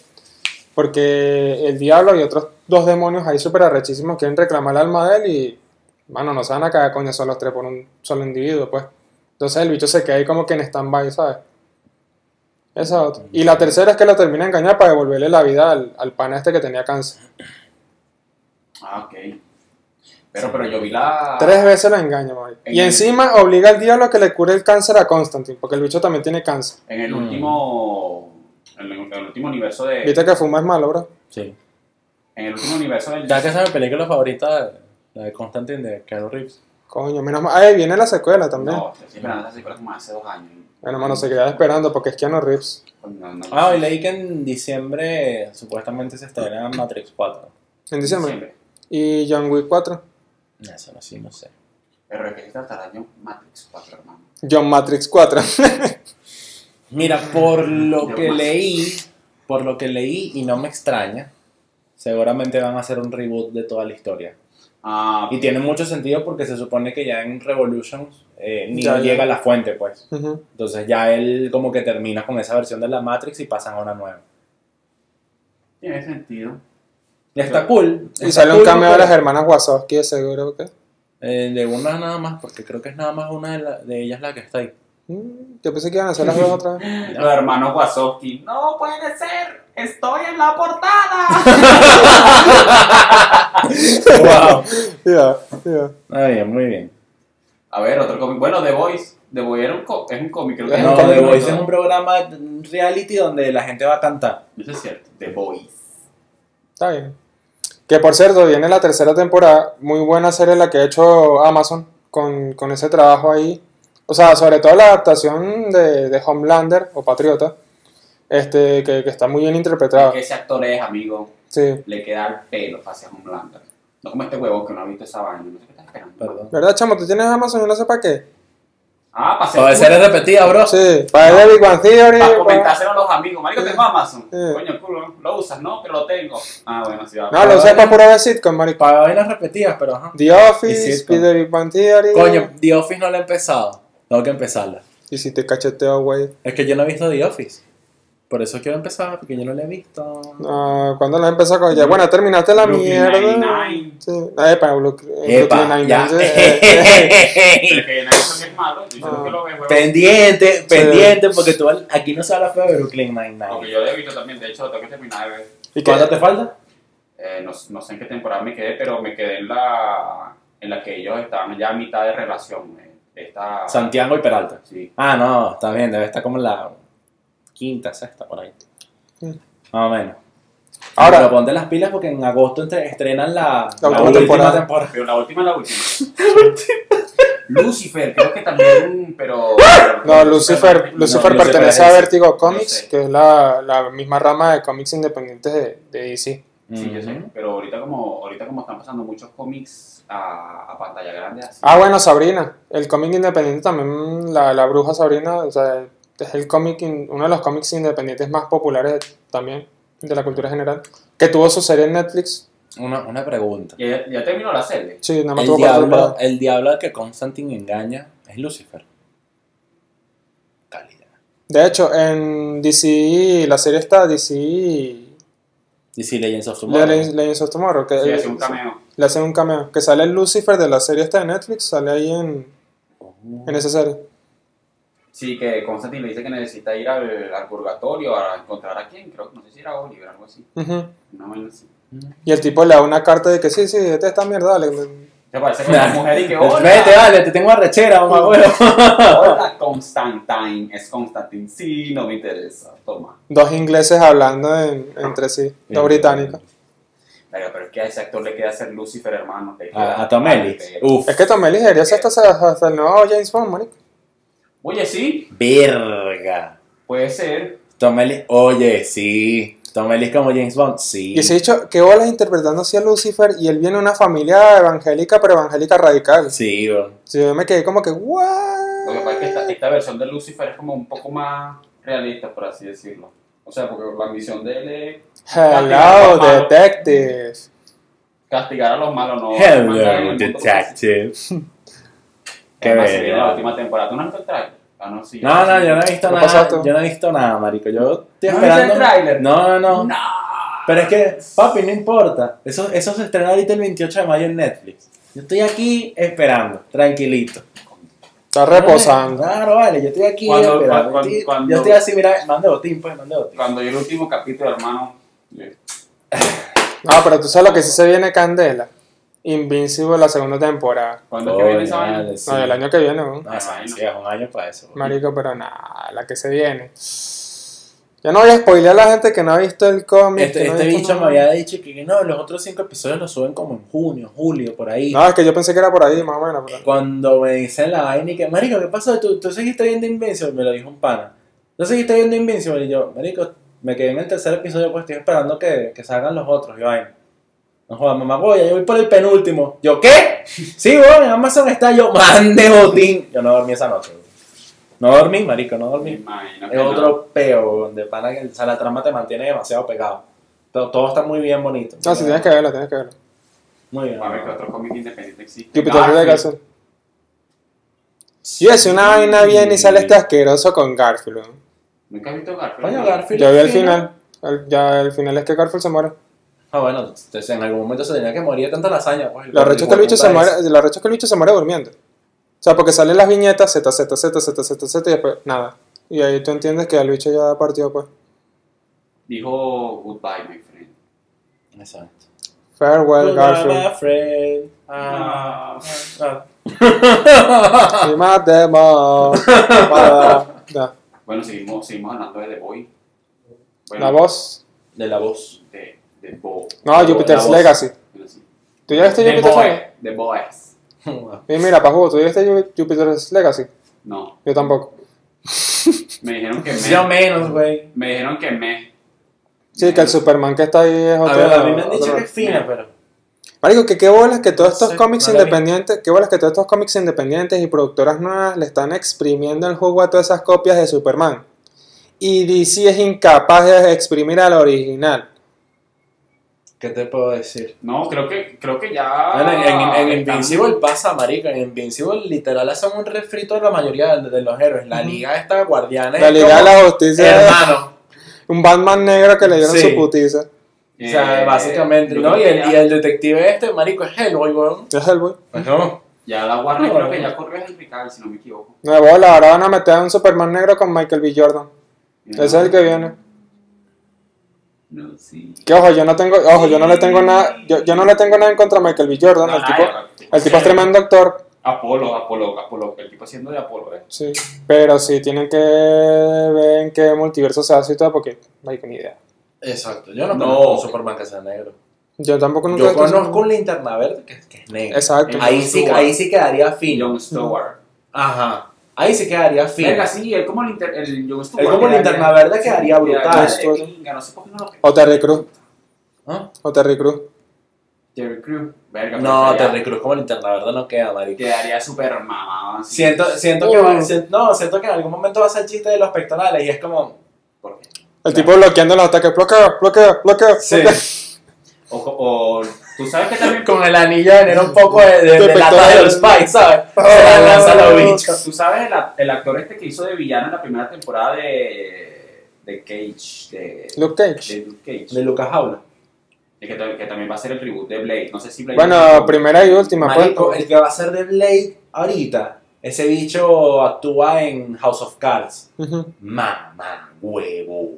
[SPEAKER 1] porque el diablo y otros dos demonios ahí súper arrechísimos quieren reclamar el alma de él y, bueno, no se van a cagar coño son los tres por un solo individuo, pues. Entonces el bicho se queda ahí como que en stand-by, ¿sabes? Esa otra. Y la tercera es que lo termina de engañar para devolverle la vida al, al pana este que tenía cáncer.
[SPEAKER 2] Ah, ok. Pero, pero yo vi la...
[SPEAKER 1] Tres veces lo engaña, marico. Y
[SPEAKER 2] Ah. En-
[SPEAKER 1] encima obliga al diablo a que le cure el cáncer a Constantine, porque el bicho también tiene cáncer.
[SPEAKER 2] En el
[SPEAKER 3] Mm.
[SPEAKER 2] último... En el, en el último universo de...
[SPEAKER 1] Viste que fuma es malo, bro.
[SPEAKER 3] Sí.
[SPEAKER 2] En el último universo del...
[SPEAKER 3] Ya que esa es mi película favorita, la de Constantine de Keanu Reeves.
[SPEAKER 1] Coño, menos mal. Ay, viene la secuela también.
[SPEAKER 2] No, estoy esperando esa secuela como hace dos años. Pues,
[SPEAKER 1] Bueno, mano, se quedaba esperando porque es Keanu Reeves.
[SPEAKER 2] No, no,
[SPEAKER 3] Ah, y leí que en diciembre supuestamente se estrena Matrix 4.
[SPEAKER 1] En diciembre. Y John Wick 4.
[SPEAKER 3] Eso no, sí, no sé.
[SPEAKER 2] Pero es que está hasta el año Matrix 4, hermano.
[SPEAKER 1] John Matrix 4.
[SPEAKER 3] Mira, por lo
[SPEAKER 2] Yo
[SPEAKER 3] que
[SPEAKER 2] más.
[SPEAKER 3] leí, por lo que leí y no me extraña, seguramente van a hacer un reboot de toda la historia.
[SPEAKER 2] Ah,
[SPEAKER 3] Y tiene mucho sentido porque se supone que ya en Revolutions eh, ni
[SPEAKER 1] Ya, ya.
[SPEAKER 3] llega a la fuente, pues.
[SPEAKER 1] Ujú.
[SPEAKER 3] Entonces ya él como que termina con esa versión de la Matrix y pasan a una nueva.
[SPEAKER 2] tiene sentido.
[SPEAKER 3] Y está cool.
[SPEAKER 1] y
[SPEAKER 3] está
[SPEAKER 1] sale un
[SPEAKER 3] cool,
[SPEAKER 1] cameo de
[SPEAKER 3] pero-
[SPEAKER 1] las hermanas Wazowski, de seguro que.
[SPEAKER 3] Eh, de una nada más, porque creo que es nada más una de, la- de ellas la que está ahí.
[SPEAKER 1] Mm, Yo pensé que iban a hacer las dos otra vez.
[SPEAKER 2] Los hermanos Wazowski. No puede ser. Estoy en la portada.
[SPEAKER 3] ¡Wow!
[SPEAKER 1] Ya, ya.
[SPEAKER 3] Muy bien, muy bien.
[SPEAKER 2] A ver, otro cómic. Bueno, The Voice. The Voice era un co- es un cómic, creo que
[SPEAKER 3] No,
[SPEAKER 2] es un
[SPEAKER 3] The
[SPEAKER 2] cómic,
[SPEAKER 3] Voice
[SPEAKER 2] ¿no?
[SPEAKER 3] es un programa mm, reality donde la gente va a cantar.
[SPEAKER 2] Eso es cierto. The Voice.
[SPEAKER 1] Está bien. Que por cierto, viene la tercera temporada. Muy buena serie la que ha hecho Amazon con, con ese trabajo ahí. O sea, sobre todo la adaptación de, de Homelander o Patriota. Este, que, que está muy bien interpretada.
[SPEAKER 2] Que ese actor es, amigo,
[SPEAKER 1] Sí.
[SPEAKER 2] le queda el pelo hacia un blando. No como este huevo que no ha visto esa vaina. No sé qué estás esperando.
[SPEAKER 3] Perdón.
[SPEAKER 1] ¿Verdad, chamo? ¿Tú tienes Amazon y no sé para qué?
[SPEAKER 2] Ah, para
[SPEAKER 3] Puede ser repetida, bro.
[SPEAKER 1] Sí, para ver de Big Bang Theory.
[SPEAKER 2] Para
[SPEAKER 1] para-
[SPEAKER 2] comentárselo a los amigos. Marico,
[SPEAKER 3] Eh,
[SPEAKER 2] tengo Amazon.
[SPEAKER 1] Sí.
[SPEAKER 2] Coño, culo. Lo usas, ¿no? Pero lo tengo. Ah, bueno, sí va.
[SPEAKER 1] No, lo usé para pura ver sitcom, marico.
[SPEAKER 3] Para vainas repetidas, pero ajá.
[SPEAKER 1] The Office,
[SPEAKER 3] Y sitcom.
[SPEAKER 1] Peter Big Bang Theory.
[SPEAKER 3] Coño, The Office no la he empezado. Tengo que empezarla.
[SPEAKER 1] Y si te cacheteo, güey.
[SPEAKER 3] Es que yo no he visto The Office. Por eso quiero empezar, porque yo no la he visto.
[SPEAKER 1] Ah, ¿Cuándo la empezó con ella? Bueno, terminaste la
[SPEAKER 2] Brooklyn
[SPEAKER 1] mierda.
[SPEAKER 2] Nine-Nine.
[SPEAKER 1] Sí. Ah, Epa, Brooklyn Brooklyn
[SPEAKER 3] Epa, ya.
[SPEAKER 1] Nine-Nine, sí, eh, eh,
[SPEAKER 2] Pero que en eso es malo, yo
[SPEAKER 1] No.
[SPEAKER 2] no. que lo veo. huevón.
[SPEAKER 3] Pendiente, pendiente, porque tú al- aquí no se habla feo de Brooklyn
[SPEAKER 2] Porque
[SPEAKER 3] Nine-Nine.
[SPEAKER 2] yo lo he visto también, de hecho, lo tengo que terminar de ver.
[SPEAKER 1] ¿Y qué?
[SPEAKER 4] ¿Cuánto te falta?
[SPEAKER 2] Eh, no, no sé en qué temporada me quedé, pero me quedé en la, en la que ellos estaban ya a mitad de relación. eh, Esta,
[SPEAKER 3] Santiago y Peralta.
[SPEAKER 2] Sí.
[SPEAKER 3] Ah, no, está bien, debe estar como en la quinta, sexta, por ahí.
[SPEAKER 1] Mm.
[SPEAKER 3] Más o menos.
[SPEAKER 1] Ahora-
[SPEAKER 3] Ahora, pero ponte las pilas porque en agosto entre- estrenan la,
[SPEAKER 1] La última
[SPEAKER 3] última
[SPEAKER 1] temporada.
[SPEAKER 2] Pero la última es la última. Lucifer, creo que también, pero...
[SPEAKER 1] No, Lucifer,
[SPEAKER 2] no,
[SPEAKER 1] Lucifer
[SPEAKER 3] Lucifer
[SPEAKER 1] pertenece
[SPEAKER 3] es
[SPEAKER 1] a
[SPEAKER 3] ese.
[SPEAKER 1] Vertigo Comics,
[SPEAKER 2] Yo sé.
[SPEAKER 1] que es la, la misma rama de cómics independientes de, de DC.
[SPEAKER 2] Sí, yo sé,
[SPEAKER 3] Ujú.
[SPEAKER 2] pero ahorita como, ahorita como están pasando muchos cómics a, a pantalla grande así.
[SPEAKER 1] Ah, bueno, Sabrina. El cómic independiente también, la, la bruja Sabrina, o sea, es el cómic, in- uno de los cómics independientes más populares también de la cultura general, que tuvo su serie en Netflix.
[SPEAKER 3] Una, una pregunta.
[SPEAKER 2] Ya, ya terminó la serie.
[SPEAKER 1] Sí, nada más
[SPEAKER 3] El
[SPEAKER 1] tuvo cuatro
[SPEAKER 3] diablo,
[SPEAKER 1] temporadas.
[SPEAKER 3] el diablo al que Constantine engaña es Lucifer. Calidad.
[SPEAKER 1] De hecho, en DC, la serie está DC
[SPEAKER 3] Y si Legends of Tomorrow.
[SPEAKER 1] Legends Legends of Tomorrow, que
[SPEAKER 2] Sí, hace un cameo.
[SPEAKER 1] le hacen un cameo, que sale el Lucifer de la serie esta de Netflix, sale ahí en,
[SPEAKER 2] Oh.
[SPEAKER 1] en esa serie.
[SPEAKER 2] Sí, que Constantine le dice que necesita ir al, al purgatorio a encontrar a quién, creo que no sé si era Oliver o algo así.
[SPEAKER 1] Ujú.
[SPEAKER 2] Una vaina así.
[SPEAKER 3] Mm.
[SPEAKER 1] Y el tipo le da una carta de que sí, sí, esta esta mierda, dale.
[SPEAKER 2] Se parece con una mujer y que hola,
[SPEAKER 3] Vete, vale, te tengo arrechera, mamá, huevo.
[SPEAKER 2] hola Constantine, es Constantine, sí, no me interesa, toma.
[SPEAKER 1] Dos ingleses hablando en- entre sí, dos británicos.
[SPEAKER 2] Verga, pero es que a ese actor le queda ser Lucifer, hermano. le queda-
[SPEAKER 3] A, a Tom Ellis.
[SPEAKER 2] Pero-
[SPEAKER 3] Uf.
[SPEAKER 1] Es que Tom Ellis debería ser hasta, hasta el nuevo James Bond, marico.
[SPEAKER 2] Oye, sí,
[SPEAKER 3] Verga.
[SPEAKER 2] puede ser.
[SPEAKER 3] Tom Ellis, oye, sí. Tom Ellis como James Bond, sí.
[SPEAKER 1] Y se ha dicho que bolas interpretando así a Lucifer y él viene de una familia evangélica, pero evangélica radical.
[SPEAKER 3] Sí, bro.
[SPEAKER 1] Sí, yo me quedé como que,
[SPEAKER 2] Lo que pasa es que esta,
[SPEAKER 1] ¿what?
[SPEAKER 2] esta versión de Lucifer es como un poco más realista, por así decirlo. O sea, porque la misión de él es
[SPEAKER 1] Hello, detective.
[SPEAKER 2] castigar a los malos, no. mandar en el
[SPEAKER 3] Hello,
[SPEAKER 2] mundo como así.
[SPEAKER 3] detective. Qué
[SPEAKER 2] Además, se viene la
[SPEAKER 3] verga.
[SPEAKER 2] última temporada. ¿Tú no has visto el tráiler? Ah, no, sí.
[SPEAKER 3] No, no, yo no he visto
[SPEAKER 1] ¿Qué
[SPEAKER 3] nada.
[SPEAKER 1] pasó tú?
[SPEAKER 3] Yo no he visto nada, marico. Yo estoy
[SPEAKER 2] ¿No viste
[SPEAKER 3] esperando.
[SPEAKER 2] el tráiler?
[SPEAKER 3] No, no, no,
[SPEAKER 2] No.
[SPEAKER 3] Pero es que, papi, no importa. Eso, eso se estrena ahorita el 28 de mayo en Netflix. Yo estoy aquí esperando, tranquilito.
[SPEAKER 1] Está reposando.
[SPEAKER 3] Claro, vale, yo estoy aquí
[SPEAKER 2] Cuando-
[SPEAKER 3] esperando.
[SPEAKER 2] cuando-
[SPEAKER 3] Estoy-
[SPEAKER 2] cuando-
[SPEAKER 3] yo estoy así, mira, mande botín, pues, mande botín.
[SPEAKER 2] Cuando yo el último capítulo, hermano.
[SPEAKER 1] No, Ah, pero tú sabes lo que sí se viene Candela. Invincible la segunda temporada.
[SPEAKER 2] Cuando es que viene esa
[SPEAKER 3] Oye,
[SPEAKER 2] vaina.
[SPEAKER 3] vale, sí.
[SPEAKER 1] No, el año que viene, ¿no?
[SPEAKER 3] No, o sea, sí, es un año para eso. bro.
[SPEAKER 1] Marico, pero nada, la que se viene. Yo no voy a spoilear a la gente que no ha visto el cómic.
[SPEAKER 3] Este,
[SPEAKER 1] que no ha
[SPEAKER 3] este
[SPEAKER 1] visto
[SPEAKER 3] bicho me
[SPEAKER 1] nada.
[SPEAKER 3] había dicho que que no, los otros cinco episodios los suben como en junio, julio, por ahí.
[SPEAKER 1] No, es que yo pensé que era por ahí, más o menos. pero-
[SPEAKER 3] Cuando me dicen la vaina y que, Marico, ¿qué pasó? ¿Tú, tú seguiste viendo Invincible? Me lo dijo un pana. ¿Tú seguiste viendo Invincible? Y yo, Marico, me quedé en el tercer episodio, pues estoy esperando que, que salgan los otros. Y vaina. No jodas, mamá, voy, yo voy por el penúltimo. Yo, ¿qué? Sí, bueno, en Amazon está yo, mande botín. Yo no dormí esa noche. bro. No dormí, Marico, no
[SPEAKER 2] Me
[SPEAKER 3] dormí.
[SPEAKER 2] imagino que
[SPEAKER 3] Es
[SPEAKER 2] no.
[SPEAKER 3] otro peo, donde pana que o sea, la trama te mantiene demasiado pegado. Todo, todo está muy bien bonito.
[SPEAKER 1] No, si tienes Ah, que verlo, tienes que verlo.
[SPEAKER 3] Muy bien.
[SPEAKER 2] A ver qué otro cómic independiente existe.
[SPEAKER 1] Jupiter de
[SPEAKER 2] Garfield.
[SPEAKER 1] Gasol. Yo hice una vaina bien y sale este asqueroso con Garfield. weón.
[SPEAKER 2] Nunca has visto Garfield.
[SPEAKER 3] Coño,
[SPEAKER 2] ¿no?
[SPEAKER 3] Garfield.
[SPEAKER 1] Yo vi el
[SPEAKER 3] al final.
[SPEAKER 1] final. el- ya el final es que Garfield se muere.
[SPEAKER 3] Ah, bueno, entonces en algún momento se tenía que morir de tanta lasaña. Pues,
[SPEAKER 1] Lo arrecho es que el bicho se muere,
[SPEAKER 3] Entonces,
[SPEAKER 1] lo arrecho es que el bicho se muere durmiendo. O sea, porque salen las viñetas Z, Z, Z, Z, Z, Z y después nada. Y ahí tú entiendes que el bicho ya partió, pues.
[SPEAKER 2] Dijo Goodbye, my friend.
[SPEAKER 3] Exacto. Pues
[SPEAKER 1] Farewell, Garfield.
[SPEAKER 3] My friend. Ah,
[SPEAKER 2] Ah.
[SPEAKER 3] ah.
[SPEAKER 1] Y matemos. Para- ya.
[SPEAKER 2] Bueno, seguimos, seguimos hablando de The Boy. Bueno,
[SPEAKER 1] La voz.
[SPEAKER 3] De la voz.
[SPEAKER 2] De, de Bo.
[SPEAKER 1] No, Jupiter's
[SPEAKER 3] voz.
[SPEAKER 1] Legacy.
[SPEAKER 2] Bueno, sí.
[SPEAKER 1] ¿Tú ya viste
[SPEAKER 2] The
[SPEAKER 1] Jupiter's Legacy?
[SPEAKER 2] Boy. The Boys.
[SPEAKER 1] Y mira, Pajú, ¿tú ya viste Ju- Jupiter's Legacy?
[SPEAKER 2] No,
[SPEAKER 1] Yo tampoco.
[SPEAKER 2] me dijeron que
[SPEAKER 3] Yo
[SPEAKER 2] me.
[SPEAKER 3] menos, güey.
[SPEAKER 2] Me dijeron que me.
[SPEAKER 1] Sí, que el Superman que está ahí es
[SPEAKER 3] A,
[SPEAKER 1] otro.
[SPEAKER 3] ver, a mí me han dicho
[SPEAKER 1] otro-
[SPEAKER 3] que es fina, pero.
[SPEAKER 1] Marico, que qué bolas que todos estos
[SPEAKER 3] Sí,
[SPEAKER 1] cómics
[SPEAKER 3] no la vi.
[SPEAKER 1] independientes, qué bolas que todos estos cómics independientes y productoras nuevas le están exprimiendo el jugo a todas esas copias de Superman. Y DC es incapaz de exprimir al original.
[SPEAKER 3] ¿Qué te puedo decir?
[SPEAKER 2] No, creo que, creo que ya.
[SPEAKER 3] Bueno, en, en- en
[SPEAKER 2] están-
[SPEAKER 3] Invincible pasa, marica. En Invincible literal hacen un refrito de la mayoría de, de los héroes. La liga esta guardiana es
[SPEAKER 1] La Liga de
[SPEAKER 3] como,
[SPEAKER 1] la Justicia es
[SPEAKER 3] hermano.
[SPEAKER 1] un Batman negro que le dieron
[SPEAKER 3] Sí.
[SPEAKER 1] su putiza.
[SPEAKER 3] o sea,
[SPEAKER 2] Eh,
[SPEAKER 3] básicamente,
[SPEAKER 2] yo
[SPEAKER 3] ¿no? Y
[SPEAKER 2] creo que
[SPEAKER 3] el, y
[SPEAKER 2] ya-
[SPEAKER 3] el detective este, marico, es Hellboy, weón.
[SPEAKER 1] Es Hellboy.
[SPEAKER 3] Bueno,
[SPEAKER 2] Ya la Warner
[SPEAKER 3] No,
[SPEAKER 2] creo que
[SPEAKER 3] no.
[SPEAKER 2] ya corrió a Henry Cavill, si no me equivoco.
[SPEAKER 1] De bola, ahora van a meter a un Superman negro con Michael B. Jordan. Ese es el que viene.
[SPEAKER 2] No, sí.
[SPEAKER 1] Que ojo, yo no tengo, ojo, yo no le tengo nada, yo, yo no le tengo nada en contra de Michael B. Jordan.
[SPEAKER 2] No,
[SPEAKER 1] el
[SPEAKER 2] nada,
[SPEAKER 1] tipo,
[SPEAKER 2] ya,
[SPEAKER 1] el tipo es tremendo actor.
[SPEAKER 2] Apolo, Apolo, Apolo, el tipo haciendo de Apolo, ¿eh?
[SPEAKER 1] Sí. Pero sí tienen que ver en qué multiverso se hace y todo, porque no hay ni idea.
[SPEAKER 3] exacto. Yo no,
[SPEAKER 2] No.
[SPEAKER 3] conozco un Superman que sea negro.
[SPEAKER 1] Yo tampoco nunca
[SPEAKER 3] Yo
[SPEAKER 1] he visto-
[SPEAKER 3] conozco un Eh. linterna verde que, que es negro.
[SPEAKER 1] Exacto.
[SPEAKER 3] Ahí sí, ahí sí quedaría
[SPEAKER 2] Y
[SPEAKER 3] fino.
[SPEAKER 2] John Stewart.
[SPEAKER 3] Ajá. Ahí sí quedaría fino.
[SPEAKER 2] Venga, sí, él como el, inter, el John Stewart.
[SPEAKER 3] Él como
[SPEAKER 2] quedaría-
[SPEAKER 3] linterna verde quedaría
[SPEAKER 2] sí,
[SPEAKER 3] brutal.
[SPEAKER 2] quedaría de
[SPEAKER 1] Stewart.
[SPEAKER 2] pinga, No sé por qué no lo
[SPEAKER 1] O Terry Cruz.
[SPEAKER 3] ¿Ah?
[SPEAKER 1] O Terry Cruz.
[SPEAKER 2] Terry Crew. Verga,
[SPEAKER 3] No,
[SPEAKER 2] pero
[SPEAKER 3] Terry
[SPEAKER 2] quedaría-
[SPEAKER 3] Cruz como linterna verde no queda, marico.
[SPEAKER 2] Quedaría súper mamado. así.
[SPEAKER 3] Siento, siento que
[SPEAKER 1] Uh.
[SPEAKER 3] va- si- no, siento que en algún momento va a ser el chiste de los pectorales y es como.
[SPEAKER 2] ¿Por qué?
[SPEAKER 1] El tipo bloqueando los ataques. Bloqueo, bloqueo, bloqueo. bloqueo.
[SPEAKER 2] O, o tú sabes que también.
[SPEAKER 3] Con el anillo genera un poco de, de,
[SPEAKER 1] De
[SPEAKER 3] de lata
[SPEAKER 1] pectorales.
[SPEAKER 3] de los Spice, ¿sabes? Se la lanza a los bichos.
[SPEAKER 2] Tú sabes el, a- el actor este que hizo de villano en la primera temporada de. de Cage. De,
[SPEAKER 1] Luke Cage.
[SPEAKER 2] de Luke Cage.
[SPEAKER 3] De Lucas Jaula.
[SPEAKER 2] Y que, ta- que también va a ser el reboot de Blade. No sé si Blade.
[SPEAKER 1] Bueno, primera y última, pues.
[SPEAKER 3] Marico, el que va a ser de Blade ahorita, ese bicho actúa en House of Cards.
[SPEAKER 1] Ujú.
[SPEAKER 3] Mamá, huevo.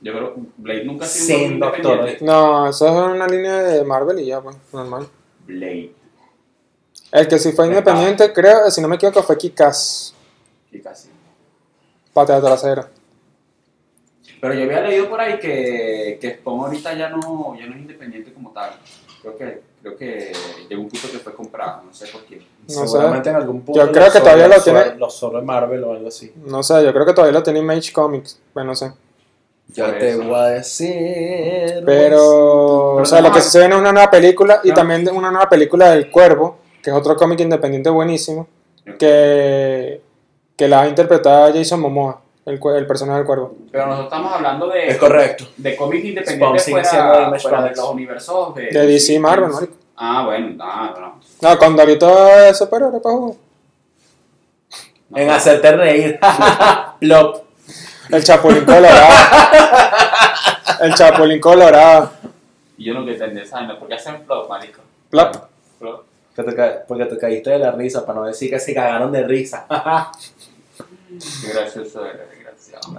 [SPEAKER 2] Yo creo que Blade nunca ha sido un
[SPEAKER 3] Siendo actor.
[SPEAKER 2] independiente.
[SPEAKER 1] No, eso es una línea de Marvel y ya, pues, normal.
[SPEAKER 2] Blade.
[SPEAKER 1] El que sí fue
[SPEAKER 2] Venga.
[SPEAKER 1] independiente, creo, si no me equivoco, fue Kikas.
[SPEAKER 2] Y casi.
[SPEAKER 1] Patea trasera.
[SPEAKER 2] Pero yo había leído por ahí que, que Spawn ahorita ya no, ya no es independiente como tal. Creo que, creo que llegó un punto que fue comprado, no sé por quién.
[SPEAKER 1] No
[SPEAKER 3] Seguramente en algún punto.
[SPEAKER 1] Yo
[SPEAKER 3] lo
[SPEAKER 1] creo que
[SPEAKER 3] sobre-
[SPEAKER 1] todavía lo
[SPEAKER 3] sobre-
[SPEAKER 1] tiene-
[SPEAKER 3] Lo sobre Marvel o algo así.
[SPEAKER 1] No sé, yo creo que todavía lo tiene Image Comics. Bueno, no sé.
[SPEAKER 3] Yo
[SPEAKER 2] Por
[SPEAKER 3] te
[SPEAKER 2] eso.
[SPEAKER 3] voy a decir.
[SPEAKER 1] Pero, o sea, lo que sí se viene es una nueva película y
[SPEAKER 2] Ah.
[SPEAKER 1] también de- una nueva película del Cuervo, que es otro cómic independiente buenísimo, que, que la va a interpretar Jason Momoa, el, cue- el personaje del Cuervo.
[SPEAKER 2] Pero nosotros estamos hablando de,
[SPEAKER 3] Es correcto.
[SPEAKER 2] de cómics
[SPEAKER 3] Spawn
[SPEAKER 2] independientes
[SPEAKER 3] sigue siendo de
[SPEAKER 2] fuera,
[SPEAKER 3] Image
[SPEAKER 2] fuera de
[SPEAKER 3] Comics.
[SPEAKER 2] los universos de,
[SPEAKER 1] De DC y Marvel, marico.
[SPEAKER 2] Ah, bueno, ah, bueno.
[SPEAKER 1] No, con Dorito es superhéroe, pa' jugar.
[SPEAKER 2] No,
[SPEAKER 3] En hacerte reír. Plop.
[SPEAKER 1] El Chapulín Colorado. El Chapulín Colorado.
[SPEAKER 2] Y yo no que entendí esa vaina, ¿por qué hacen flop, marico?
[SPEAKER 1] Plop.
[SPEAKER 2] Flop.
[SPEAKER 3] Que te ca- porque te caíste de la risa, para no decir que se cagaron de risa.
[SPEAKER 2] Qué gracioso eres, desgraciado.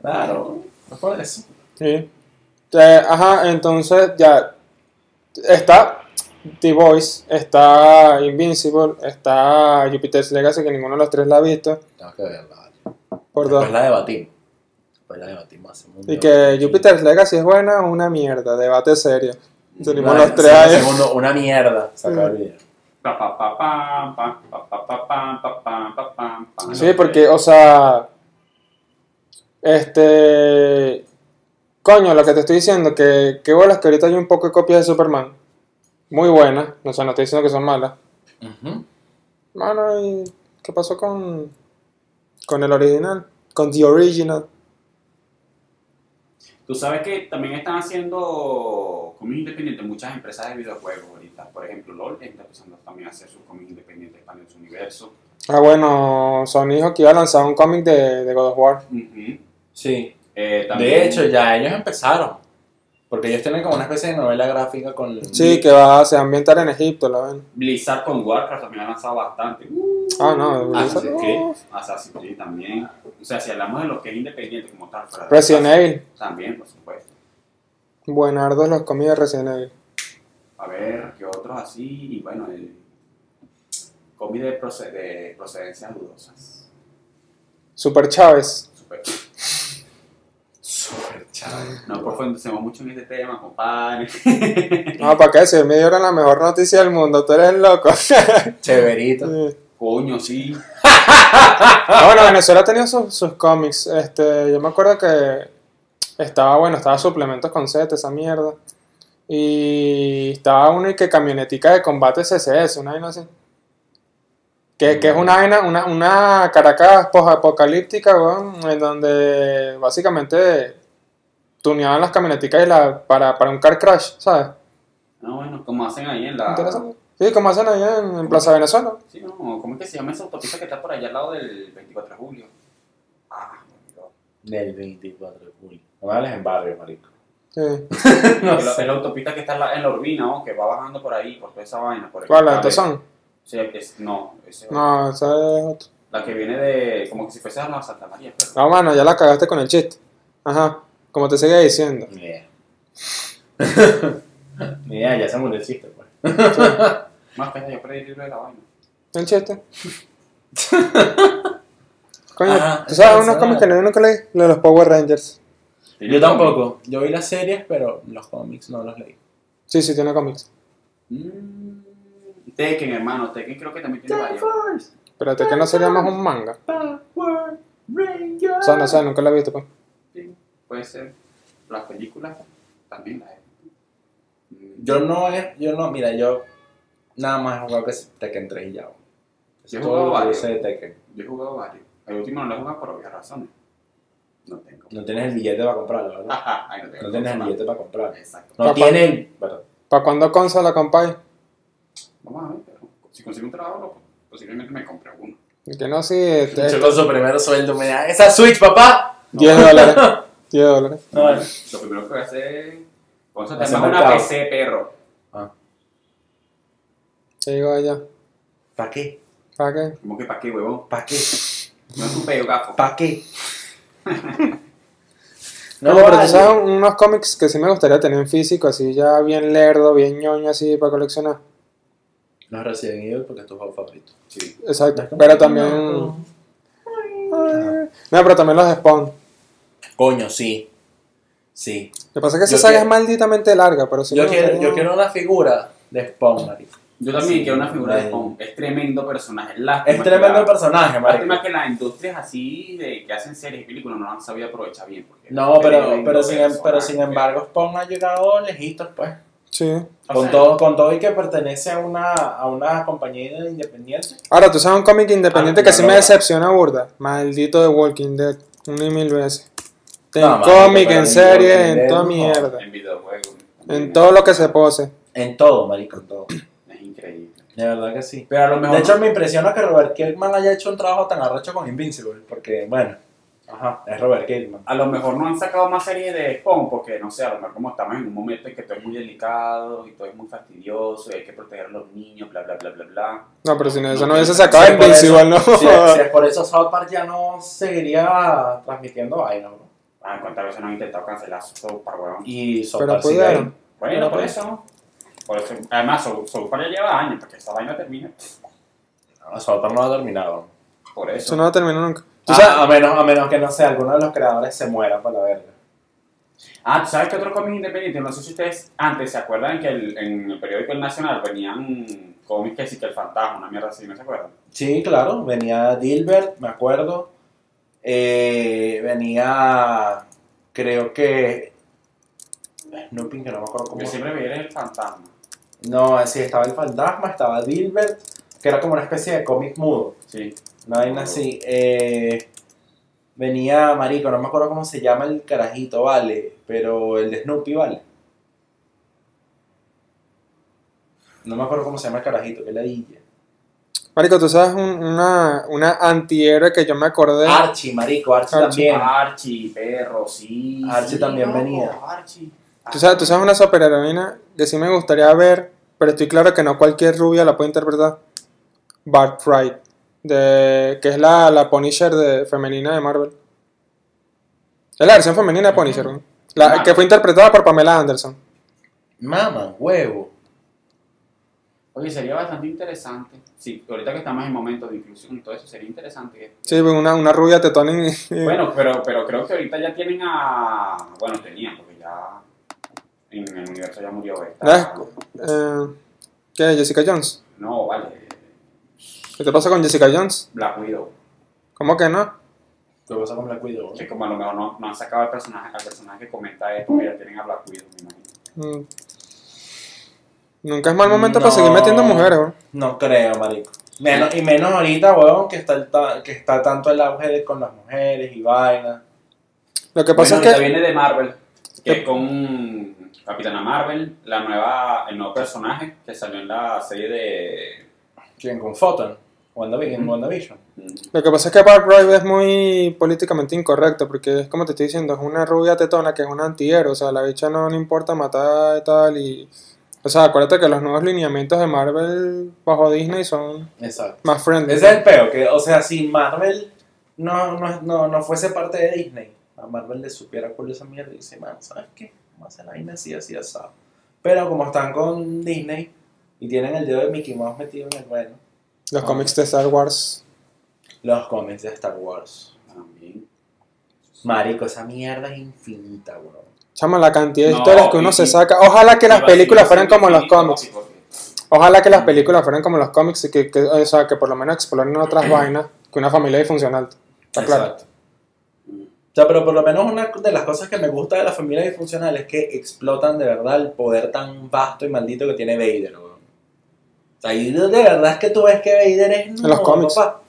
[SPEAKER 3] Claro, es por eso.
[SPEAKER 1] Sí. Eh, ajá, entonces ya está The Voice, está Invincible, está Jupiter's Legacy, que ninguno de los tres la ha visto.
[SPEAKER 3] Tengo que verla.
[SPEAKER 1] Por dos.
[SPEAKER 3] Pues la debatimos. Pues la debatimos hace un
[SPEAKER 1] Y que Jupiter's Legacy es buena, una mierda, debate serio.
[SPEAKER 2] Mm,
[SPEAKER 1] Salimos los Mm. tres
[SPEAKER 3] ahí.
[SPEAKER 1] ahí.
[SPEAKER 3] Segundo, una mierda. Se acabó el video.
[SPEAKER 2] Pa, pa, pa, pam, pa, pa, pa, pa, pam, pa, pam, pa, pam, pam.
[SPEAKER 1] Sí, porque, o sea, este... Coño, lo que te estoy diciendo, que, que bolas que ahorita hay un poco de copias de Superman. Muy buenas, no, o sea, no estoy diciendo que son malas. Mano, ¿y qué pasó con, con el original? Con The Original.
[SPEAKER 2] Tú sabes que también están haciendo cómics independientes muchas empresas de videojuegos ahorita. Por ejemplo, LOL está empezando también a hacer sus cómics independientes para su universo.
[SPEAKER 1] Ah, bueno, Sony dijo que iba a lanzar un cómic de, de God of War.
[SPEAKER 2] Ujú.
[SPEAKER 3] Sí.
[SPEAKER 2] Eh, también-
[SPEAKER 3] De hecho, ya ellos empezaron. Porque ellos tienen como una especie de novela gráfica con.
[SPEAKER 1] Sí,
[SPEAKER 2] Mm.
[SPEAKER 1] que va, se va a ambientar en Egipto, la ven.
[SPEAKER 2] Blizzard con Warcraft también ha lanzado bastante. Uh,
[SPEAKER 1] Ah, no,
[SPEAKER 2] Ah,
[SPEAKER 1] Blizzard,
[SPEAKER 2] sí,
[SPEAKER 1] no.
[SPEAKER 2] ¿qué? Assassin's Creed también. O sea, si hablamos de lo que es independiente como tal. fuera de
[SPEAKER 1] Resident
[SPEAKER 2] Assassin's,
[SPEAKER 1] Evil.
[SPEAKER 2] También, por supuesto.
[SPEAKER 1] Buenardos los cómics de Resident Evil.
[SPEAKER 2] A ver, ¿qué otros así? Y bueno, el cómic de, proce- de procedencias dudosas.
[SPEAKER 1] Super Chávez.
[SPEAKER 2] Super.
[SPEAKER 3] Súper chaval.
[SPEAKER 2] No profundicemos mucho en este tema, compadre.
[SPEAKER 1] No, ¿para qué? Si me dieron la mejor noticia del mundo, tú eres el loco.
[SPEAKER 3] Chéverito.
[SPEAKER 1] Ah,
[SPEAKER 2] Coño, sí.
[SPEAKER 1] bueno, Venezuela ha tenido sus, sus cómics. Este, yo me acuerdo que estaba, bueno, estaba suplementos con set, esa mierda. Y estaba una y que camionetica de combate CCS, una vaina así. Que, que es una vaina, una, una Caracas apocalíptica, weón, en donde básicamente tuneaban las camioneticas y la, para, para un car crash, ¿sabes?
[SPEAKER 2] No, bueno, como hacen ahí en la.
[SPEAKER 1] Interesante. Ah. Sí, como hacen ahí en, en Plaza Venezuela.
[SPEAKER 2] Sí, no, ¿cómo es que se llama esa autopista que está por allá al lado del 24 de julio? Ah,
[SPEAKER 3] Del 24 de julio. No me hables en barrio, marico.
[SPEAKER 1] Sí.
[SPEAKER 2] no,
[SPEAKER 3] No
[SPEAKER 2] es
[SPEAKER 3] sé.
[SPEAKER 2] la autopista que está en la, en la Urbina, ¿no? que va bajando por ahí, por toda esa vaina. Por el
[SPEAKER 1] ¿Cuál? ¿La de
[SPEAKER 2] cable.
[SPEAKER 1] Tazón?
[SPEAKER 2] Sí, es- no, ese-
[SPEAKER 1] No, esa es otra.
[SPEAKER 2] la que viene de. como que si fuese a la Santa María. pues. pero-
[SPEAKER 1] No, mano, ya la cagaste con el chiste. Ajá, como te seguía diciendo.
[SPEAKER 3] Ni idea. Ni idea, ya se murió el chiste, pues.
[SPEAKER 2] Más que yo perdí el libro de la vaina.
[SPEAKER 1] ¿El chiste? Coño,
[SPEAKER 3] Ajá,
[SPEAKER 1] ¿tú sabes unos
[SPEAKER 3] esa-
[SPEAKER 1] cómics que no nunca leí? Los de los Power Rangers.
[SPEAKER 3] Yo tampoco. Yo vi las series, pero los cómics no los leí.
[SPEAKER 1] Sí, sí, tiene cómics.
[SPEAKER 2] Mm, Tekken, hermano, Tekken creo que también tiene varios.
[SPEAKER 1] Espérate, que no sería más un manga.
[SPEAKER 3] Power
[SPEAKER 1] O
[SPEAKER 3] Rangers.
[SPEAKER 1] sea, no sé, nunca lo he visto, pues.
[SPEAKER 2] Sí, Puede ser las películas, también las Mm,
[SPEAKER 3] Yo no es, yo no, mira, yo nada más he jugado que Tekken 3 y ya. güey.
[SPEAKER 2] Yo he
[SPEAKER 3] Es
[SPEAKER 2] jugado
[SPEAKER 3] todo lo que
[SPEAKER 2] varios.
[SPEAKER 3] sé de Tekken.
[SPEAKER 2] Yo he jugado varios. El último no lo he jugado por obvias razones. No tengo.
[SPEAKER 3] No tienes el billete para comprarlo, ¿verdad?
[SPEAKER 2] Ay, no tengo
[SPEAKER 3] No tienes el
[SPEAKER 2] consola.
[SPEAKER 3] billete para comprarlo.
[SPEAKER 2] Exacto.
[SPEAKER 3] No
[SPEAKER 1] Papá.
[SPEAKER 3] tiene el... Perdón.
[SPEAKER 1] ¿Para cuándo consola, compay?
[SPEAKER 2] Vamos a ver, pero si consigo un trabajo, loco, posiblemente me compre uno.
[SPEAKER 1] Y Que no, sí, este,
[SPEAKER 3] Yo con su primer sueldo me da esa Switch, papá.
[SPEAKER 1] 10 dólares. 10 dólares.
[SPEAKER 3] No, vale.
[SPEAKER 2] Lo primero que voy a hacer. Vamos a
[SPEAKER 3] Hacer
[SPEAKER 2] tener una
[SPEAKER 3] mercado.
[SPEAKER 2] PC, perro.
[SPEAKER 1] Te digo allá.
[SPEAKER 3] ¿Para qué?
[SPEAKER 1] ¿Para qué?
[SPEAKER 2] Como que para qué, huevón.
[SPEAKER 3] ¿Para qué?
[SPEAKER 2] No es un pedo, gafo.
[SPEAKER 3] ¿Para qué?
[SPEAKER 1] No, pero
[SPEAKER 3] vale.
[SPEAKER 1] tú sabes unos cómics que sí me gustaría tener en físico, así ya bien lerdo, bien ñoño, así para coleccionar.
[SPEAKER 3] No reciben ellos porque es tu juego favorito.
[SPEAKER 2] Sí.
[SPEAKER 1] Exacto. Pero también. No, pero también los de Spawn.
[SPEAKER 3] Coño, sí. Sí.
[SPEAKER 1] Lo que pasa es que esa
[SPEAKER 3] Yo
[SPEAKER 1] saga
[SPEAKER 3] quiero-
[SPEAKER 1] es malditamente larga, pero sí.
[SPEAKER 3] yo,
[SPEAKER 1] me
[SPEAKER 3] quiero,
[SPEAKER 1] gustaría-
[SPEAKER 3] yo quiero una figura de Spawn, marico.
[SPEAKER 2] Yo también
[SPEAKER 3] Sí,
[SPEAKER 2] quiero una figura de
[SPEAKER 3] ahí.
[SPEAKER 2] Spawn. Es tremendo personaje. Lástima
[SPEAKER 3] Es
[SPEAKER 2] que
[SPEAKER 3] tremendo
[SPEAKER 2] la-
[SPEAKER 3] personaje, marico.
[SPEAKER 2] Lástima que las industrias así de que hacen series y películas no lo han sabido aprovechar bien. porque
[SPEAKER 3] No,
[SPEAKER 2] es
[SPEAKER 3] pero,
[SPEAKER 2] tremendo
[SPEAKER 3] pero, sin, em-
[SPEAKER 2] personaje,
[SPEAKER 3] pero sin
[SPEAKER 2] que-
[SPEAKER 3] embargo Spawn ha llegado lejitos, pues.
[SPEAKER 1] Sí.
[SPEAKER 2] o
[SPEAKER 3] Con
[SPEAKER 2] sea,
[SPEAKER 3] todo, con todo y que pertenece a una, a una compañía independiente.
[SPEAKER 1] Ahora, tú sabes un cómic independiente
[SPEAKER 3] Ah,
[SPEAKER 1] que
[SPEAKER 3] no,
[SPEAKER 1] sí
[SPEAKER 3] no,
[SPEAKER 1] me
[SPEAKER 3] no.
[SPEAKER 1] decepciona burda. Maldito de Walking Dead. Una y mil veces. En
[SPEAKER 3] No, marico,
[SPEAKER 1] cómic,
[SPEAKER 3] pero
[SPEAKER 1] en
[SPEAKER 3] ni
[SPEAKER 1] serie,
[SPEAKER 3] Walking
[SPEAKER 1] en
[SPEAKER 3] Dead,
[SPEAKER 1] toda
[SPEAKER 3] no.
[SPEAKER 1] mierda.
[SPEAKER 2] En videojuegos.
[SPEAKER 1] En todo lo que se pose.
[SPEAKER 3] En todo, marico, en todo.
[SPEAKER 2] Es increíble.
[SPEAKER 3] De verdad que sí.
[SPEAKER 2] Pero a lo mejor.
[SPEAKER 3] De hecho, me impresiona que Robert Kirkman haya hecho un trabajo tan arrecho con Invincible, porque, bueno,
[SPEAKER 2] Ajá.
[SPEAKER 3] es Robert Kirkman.
[SPEAKER 2] A lo mejor no han sacado más series de Spawn porque, no sé, a lo mejor como estamos en un momento en que todo es muy delicado y todo es muy fastidioso y hay que proteger a los niños, bla, bla, bla, bla, bla.
[SPEAKER 1] No, pero si no, eso no
[SPEAKER 2] No,
[SPEAKER 1] hubiese
[SPEAKER 2] sí,
[SPEAKER 1] sacado
[SPEAKER 3] por
[SPEAKER 1] Invincible, ¿no?
[SPEAKER 3] Si es, si es por eso South Park ya no seguiría transmitiendo vaina, bro.
[SPEAKER 2] Ah, cuántas veces no han intentado cancelar su para huevón.
[SPEAKER 3] Y South
[SPEAKER 1] Pero
[SPEAKER 3] Park sigue ahí.
[SPEAKER 1] pudieron.
[SPEAKER 2] Bueno,
[SPEAKER 1] Pero
[SPEAKER 2] por
[SPEAKER 1] pues-
[SPEAKER 2] eso. Por eso. Además, Soul Soul Park ya lleva años porque esa vaina termina.
[SPEAKER 3] No, South Park no lo ha terminado.
[SPEAKER 2] Por
[SPEAKER 1] Eso
[SPEAKER 2] eso.
[SPEAKER 1] no terminó nunca. Tú
[SPEAKER 3] Ah,
[SPEAKER 1] sabes-
[SPEAKER 3] a, menos, a menos que, no sé, alguno de los creadores se muera para la verga.
[SPEAKER 2] Ah, ¿tú ¿sabes qué otro cómic independiente? No sé si ustedes antes se acuerdan que el- en el periódico El Nacional venían cómics que sí que el fantasma, una mierda así, ¿no se acuerdan?
[SPEAKER 3] Sí, claro, venía Dilbert, me acuerdo. Eh, venía, creo que... Snooping, que no me acuerdo cómo
[SPEAKER 2] Porque siempre veía el fantasma.
[SPEAKER 3] No, eh, sí, estaba el fantasma, estaba Dilbert, que era como una especie de cómic mudo.
[SPEAKER 2] Sí.
[SPEAKER 3] Una vaina así. eh, venía Marico, no me acuerdo cómo se llama el carajito, vale, pero el de Snoopy, vale. No me acuerdo cómo se llama el carajito, que la dije.
[SPEAKER 1] Marico, tú sabes un- una, una antihéroe que yo me acordé.
[SPEAKER 3] Archie, Marico, Archie,
[SPEAKER 1] Pues, Archie.
[SPEAKER 3] también.
[SPEAKER 2] Archie, perro, sí.
[SPEAKER 3] Archie
[SPEAKER 2] sí,
[SPEAKER 3] también
[SPEAKER 2] loco,
[SPEAKER 3] venía.
[SPEAKER 2] Archie.
[SPEAKER 1] Tú sabes, tú sabes una superheroína que sí me gustaría ver, pero estoy claro que no cualquier rubia la puede interpretar. Bart Wright, de, que es la, la Punisher de, femenina de Marvel. Es la versión femenina de Punisher, ¿no? la,
[SPEAKER 2] Claro.
[SPEAKER 1] que fue interpretada por Pamela Anderson.
[SPEAKER 3] Mama, huevo.
[SPEAKER 2] Oye, sería bastante interesante. Sí, ahorita que estamos en momentos de inclusión y todo eso, sería interesante. que-
[SPEAKER 1] Sí, una, una rubia tetona. y- y-
[SPEAKER 2] Bueno, pero, pero creo que ahorita ya tienen a. Bueno, tenían, porque ya. En el universo ya murió esta.
[SPEAKER 1] No eh, ¿Qué? ¿Jessica Jones?
[SPEAKER 2] No, vale.
[SPEAKER 1] ¿Qué te pasa con Jessica Jones?
[SPEAKER 2] Black Widow.
[SPEAKER 1] ¿Cómo que no?
[SPEAKER 3] ¿Qué pasa con Black Widow?
[SPEAKER 2] Que como a lo mejor no, no han sacado al personaje, al personaje que comenta esto, que ya tienen a Black Widow, me imagino.
[SPEAKER 1] Mm. Nunca es mal momento para
[SPEAKER 3] No.
[SPEAKER 1] seguir metiendo mujeres, ¿no?
[SPEAKER 3] No creo, marico. Menos, y menos ahorita, huevón, que está, el ta- que está tanto el auge de- con las mujeres y vainas.
[SPEAKER 1] Lo que pasa
[SPEAKER 2] Bueno,
[SPEAKER 1] es que...
[SPEAKER 2] ahorita viene de Marvel. que es con Capitana Marvel, la nueva, el nuevo personaje que salió en la serie de...
[SPEAKER 3] ¿Quién? Con Photon. WandaVi- en
[SPEAKER 2] Ujú.
[SPEAKER 3] WandaVision.
[SPEAKER 1] Lo que pasa es que Park Drive es muy políticamente incorrecto, porque es como te estoy diciendo, es una rubia tetona que es una antihéroe, o sea, la bicha no le importa matar y tal, y... O sea, acuérdate que los nuevos lineamientos de Marvel bajo Disney son
[SPEAKER 3] Exacto.
[SPEAKER 1] más friendly.
[SPEAKER 3] Ese es el peo, que, o sea, si Marvel no, no, no, no fuese parte de Disney, a Marvel le supiera por esa mierda y dice, man, ¿sabes qué? Vamos a hacer la vaina así, así, asado. Pero como están con Disney y tienen el dedo de Mickey Mouse metido en el bueno,
[SPEAKER 1] Los cómics de Star Wars.
[SPEAKER 3] los cómics de Star Wars.
[SPEAKER 2] También.
[SPEAKER 3] Marico, esa mierda es infinita, weón.
[SPEAKER 1] Chama la cantidad de
[SPEAKER 2] No,
[SPEAKER 1] historias que uno
[SPEAKER 2] y-
[SPEAKER 1] se saca. Ojalá que las
[SPEAKER 2] Y vacío,
[SPEAKER 1] películas fueran
[SPEAKER 2] sin
[SPEAKER 1] como los
[SPEAKER 2] infinito,
[SPEAKER 1] cómics.
[SPEAKER 2] papi, porque-
[SPEAKER 1] Ojalá que las películas fueran como los cómics y que, que- o sea, que por lo menos exploren otras vainas que una familia disfuncional. Está claro.
[SPEAKER 3] Exacto. O sea, pero por lo menos una de las cosas que me gusta de la familia disfuncional es que explotan de verdad el poder tan vasto y maldito que tiene Vader, weón. O sea, y de verdad es que tú ves que Vader es...
[SPEAKER 1] los
[SPEAKER 3] no,
[SPEAKER 1] cómics.
[SPEAKER 3] papá.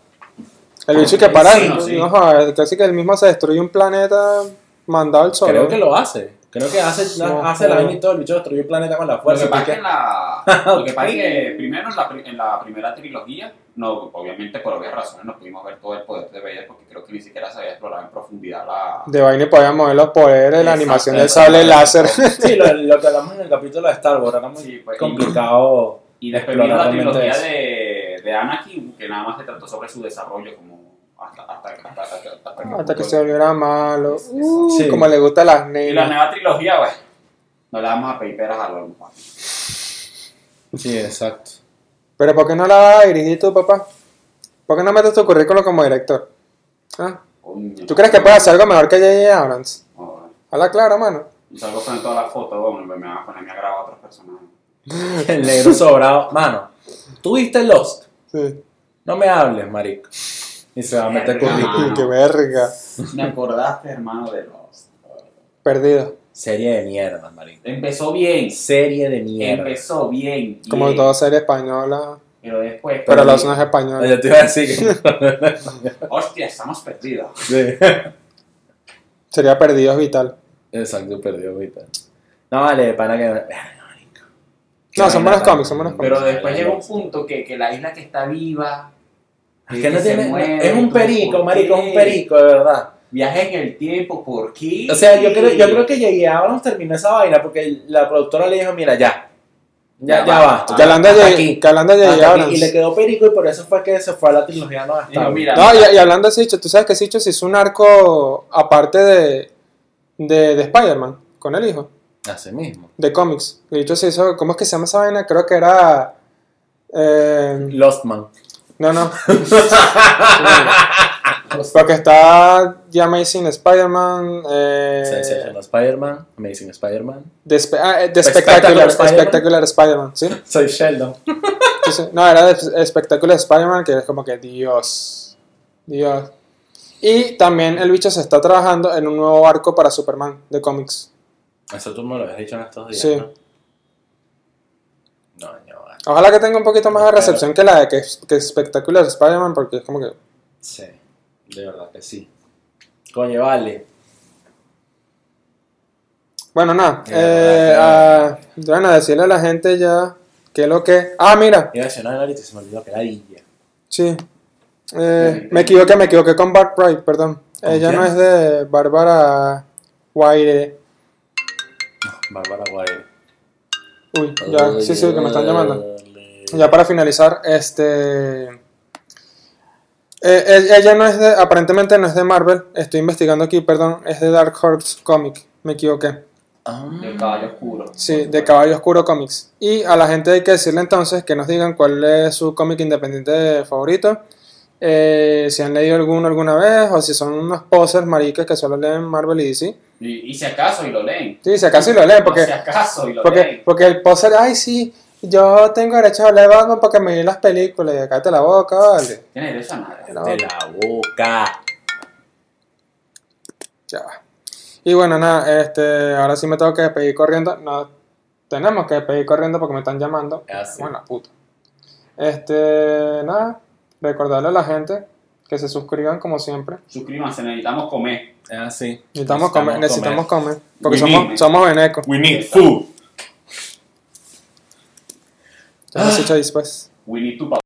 [SPEAKER 1] El bicho que para,
[SPEAKER 2] Sí,
[SPEAKER 1] no,
[SPEAKER 2] no, sí.
[SPEAKER 1] joder, casi que el mismo se destruye un planeta mandado al sol.
[SPEAKER 3] Creo que lo hace. Creo que hace, la-
[SPEAKER 1] No,
[SPEAKER 3] hace la
[SPEAKER 1] no.
[SPEAKER 3] vaina y todo. El bicho destruyó el planeta con la
[SPEAKER 2] Lo
[SPEAKER 3] fuerza.
[SPEAKER 2] que, pasa es que
[SPEAKER 3] porque-
[SPEAKER 2] en la, lo que pasa es que
[SPEAKER 3] Ok.
[SPEAKER 2] primero en la, pri- en la primera trilogía, no, obviamente por obvias razones no pudimos ver todo el poder de Vader porque creo que ni siquiera se había explorado en profundidad la...
[SPEAKER 1] De vaina y podían mover los poderes, la
[SPEAKER 2] Exacto,
[SPEAKER 1] animación del
[SPEAKER 2] exacto.
[SPEAKER 1] sable láser.
[SPEAKER 3] Sí, lo, lo que hablamos en el capítulo de Star Wars. Era muy
[SPEAKER 2] Sí, pues, y-
[SPEAKER 3] complicado.
[SPEAKER 2] Y después vino la
[SPEAKER 3] Explorar
[SPEAKER 2] trilogía
[SPEAKER 3] realmente
[SPEAKER 2] de, de Anakin que nada más se trató sobre su desarrollo como hasta, hasta, hasta, hasta- hasta que-
[SPEAKER 1] Hasta que se volviera malo.
[SPEAKER 2] Sí.
[SPEAKER 1] Uh,
[SPEAKER 3] Sí.
[SPEAKER 1] Como le gusta a las
[SPEAKER 2] Y la
[SPEAKER 1] nenas.
[SPEAKER 2] nueva trilogía, bueno, no le vamos a pedir peras a los papi.
[SPEAKER 3] Sí, exacto.
[SPEAKER 1] Pero ¿por qué no la vas a dirigir tú, papá? ¿Por qué no metes tu currículum como director? ¿Ah?
[SPEAKER 2] Coño.
[SPEAKER 1] ¿Tú crees que puedes hacer algo mejor que J.J. Abrams?
[SPEAKER 2] No, bueno.
[SPEAKER 1] Habla claro, mano.
[SPEAKER 2] Y salgo con todas las fotos, bueno, me van a poner a grabar a otros personajes.
[SPEAKER 3] El negro sobrado. Mano, ¿tú viste Lost?
[SPEAKER 1] Sí.
[SPEAKER 3] No me hables, marico. Y se va a meter
[SPEAKER 2] Verga.
[SPEAKER 3] currículum.
[SPEAKER 2] Ah, no.
[SPEAKER 1] Qué verga.
[SPEAKER 2] Me acordaste, hermano, de los.
[SPEAKER 1] Perdido.
[SPEAKER 3] Serie de mierda, marico.
[SPEAKER 2] Empezó bien.
[SPEAKER 3] Serie de mierda.
[SPEAKER 2] Empezó bien.
[SPEAKER 1] Como
[SPEAKER 2] bien,
[SPEAKER 1] toda serie española.
[SPEAKER 2] Pero después.
[SPEAKER 1] Pero los no es española.
[SPEAKER 3] Yo te iba a decir que...
[SPEAKER 2] Hostia, estamos perdidos.
[SPEAKER 3] Sí.
[SPEAKER 1] Sería perdido es vital.
[SPEAKER 3] Exacto, perdió ahorita. No, vale, para que... Verga, marico.
[SPEAKER 1] No, son buenos
[SPEAKER 3] Verga,
[SPEAKER 1] cómics, son buenos
[SPEAKER 2] Pero
[SPEAKER 1] cómics.
[SPEAKER 2] después llega un punto que, que la isla que está viva.
[SPEAKER 3] Es que no
[SPEAKER 2] se
[SPEAKER 3] tiene-
[SPEAKER 2] mueve,
[SPEAKER 3] es un
[SPEAKER 2] ¿por
[SPEAKER 3] perico,
[SPEAKER 2] qué?
[SPEAKER 3] marico, es un perico, de verdad.
[SPEAKER 2] Viaje en el tiempo, ¿por qué?
[SPEAKER 3] O sea, yo creo, yo creo que J.J. Abrams terminó esa vaina porque la productora le dijo, mira, ya. Ya,
[SPEAKER 2] Ya
[SPEAKER 3] ya
[SPEAKER 2] va.
[SPEAKER 3] basta.
[SPEAKER 1] Que hablando de
[SPEAKER 3] Ah, Hasta
[SPEAKER 1] J.J.
[SPEAKER 3] aquí.
[SPEAKER 1] que hablando de J.J.
[SPEAKER 3] Hasta aquí. Y le
[SPEAKER 1] Abrams.
[SPEAKER 3] quedó perico y por eso fue que se fue a la trilogía no
[SPEAKER 2] Digo,
[SPEAKER 3] hasta.
[SPEAKER 2] mira,
[SPEAKER 1] No, y, y hablando de Sicho, tú sabes que Sicho se hizo un arco aparte de, de, de Spider-Man, con el hijo,
[SPEAKER 3] Así mismo.
[SPEAKER 1] de cómics. Y Sicho se hizo, ¿cómo es que se llama esa vaina? Creo que era... eh,
[SPEAKER 3] Lost Man.
[SPEAKER 1] no, no. Porque está The Amazing Spider-Man, eh,
[SPEAKER 3] Sensational Spider-Man, Amazing Spider-Man.
[SPEAKER 1] The, Spe- ah, eh, The Spectacular,
[SPEAKER 3] Spectacular Spider-Man.
[SPEAKER 1] Spectacular Spider-Man, ¿sí?
[SPEAKER 3] Soy Sheldon.
[SPEAKER 1] Entonces, no, era de espectáculo de Spider-Man, que es como que Dios. Dios. Y también el bicho se está trabajando en un nuevo arco para Superman de cómics.
[SPEAKER 3] Eso tú me lo habías dicho en estos días,
[SPEAKER 1] Sí.
[SPEAKER 3] ¿no? No, no, vale.
[SPEAKER 1] Ojalá que tenga un poquito más de recepción que la de que, que espectacular Spider-Man, porque es como que.
[SPEAKER 3] Sí, de verdad que sí. Coño, vale.
[SPEAKER 1] Bueno, nada.
[SPEAKER 3] Ya,
[SPEAKER 1] Eh,
[SPEAKER 3] ya.
[SPEAKER 1] ah, bueno, decirle a la gente ya que lo que. Ah, mira.
[SPEAKER 3] Iba a decir una ahorita y se me olvidó que era Villa.
[SPEAKER 1] Sí. Eh, me equivoqué, me equivoqué con Bart Bright, perdón.
[SPEAKER 3] ¿Con
[SPEAKER 1] Ella no
[SPEAKER 3] quién?
[SPEAKER 1] es de Bárbara Wire.
[SPEAKER 3] Bárbara Guay.
[SPEAKER 1] Uy, ya, sí, sí, que me están llamando. Ya para finalizar, este. eh, eh, ella no es de. Aparentemente no es de Marvel. Estoy investigando aquí, perdón. Es de Dark Horse Comic. Me equivoqué.
[SPEAKER 3] Ah,
[SPEAKER 2] Del caballo oscuro.
[SPEAKER 1] Sí, de Caballo Oscuro Comics. Y a la gente hay que decirle entonces que nos digan cuál es su cómic independiente favorito. eh, si han leído alguno alguna vez. O si son unos posers maricas que solo leen Marvel y DC.
[SPEAKER 2] Y, y si acaso, y lo leen.
[SPEAKER 1] Sí, si acaso sí lo leen. Porque,
[SPEAKER 2] Si acaso, y lo
[SPEAKER 1] porque,
[SPEAKER 2] leen.
[SPEAKER 1] porque el poser. Ay, sí. Yo tengo derecho a hablar de Batman porque me vi las películas. Y cállate la boca, vale.
[SPEAKER 2] Tiene derecho a nada.
[SPEAKER 1] No.
[SPEAKER 3] De la boca.
[SPEAKER 1] Ya va. Y bueno, nada, este, ahora sí me tengo que despedir corriendo. No, tenemos que despedir corriendo porque me están llamando.
[SPEAKER 3] Ah, sí.
[SPEAKER 1] Bueno, puta. Este, nada, recordarle a la gente que se suscriban como siempre.
[SPEAKER 2] Suscríbanse, necesitamos comer.
[SPEAKER 3] Es así.
[SPEAKER 1] Necesitamos comer, necesitamos comer. Porque
[SPEAKER 2] We
[SPEAKER 1] somos,
[SPEAKER 2] need-
[SPEAKER 1] somos venecos.
[SPEAKER 2] We need food.
[SPEAKER 1] Ya lo has hecho después.
[SPEAKER 2] We need to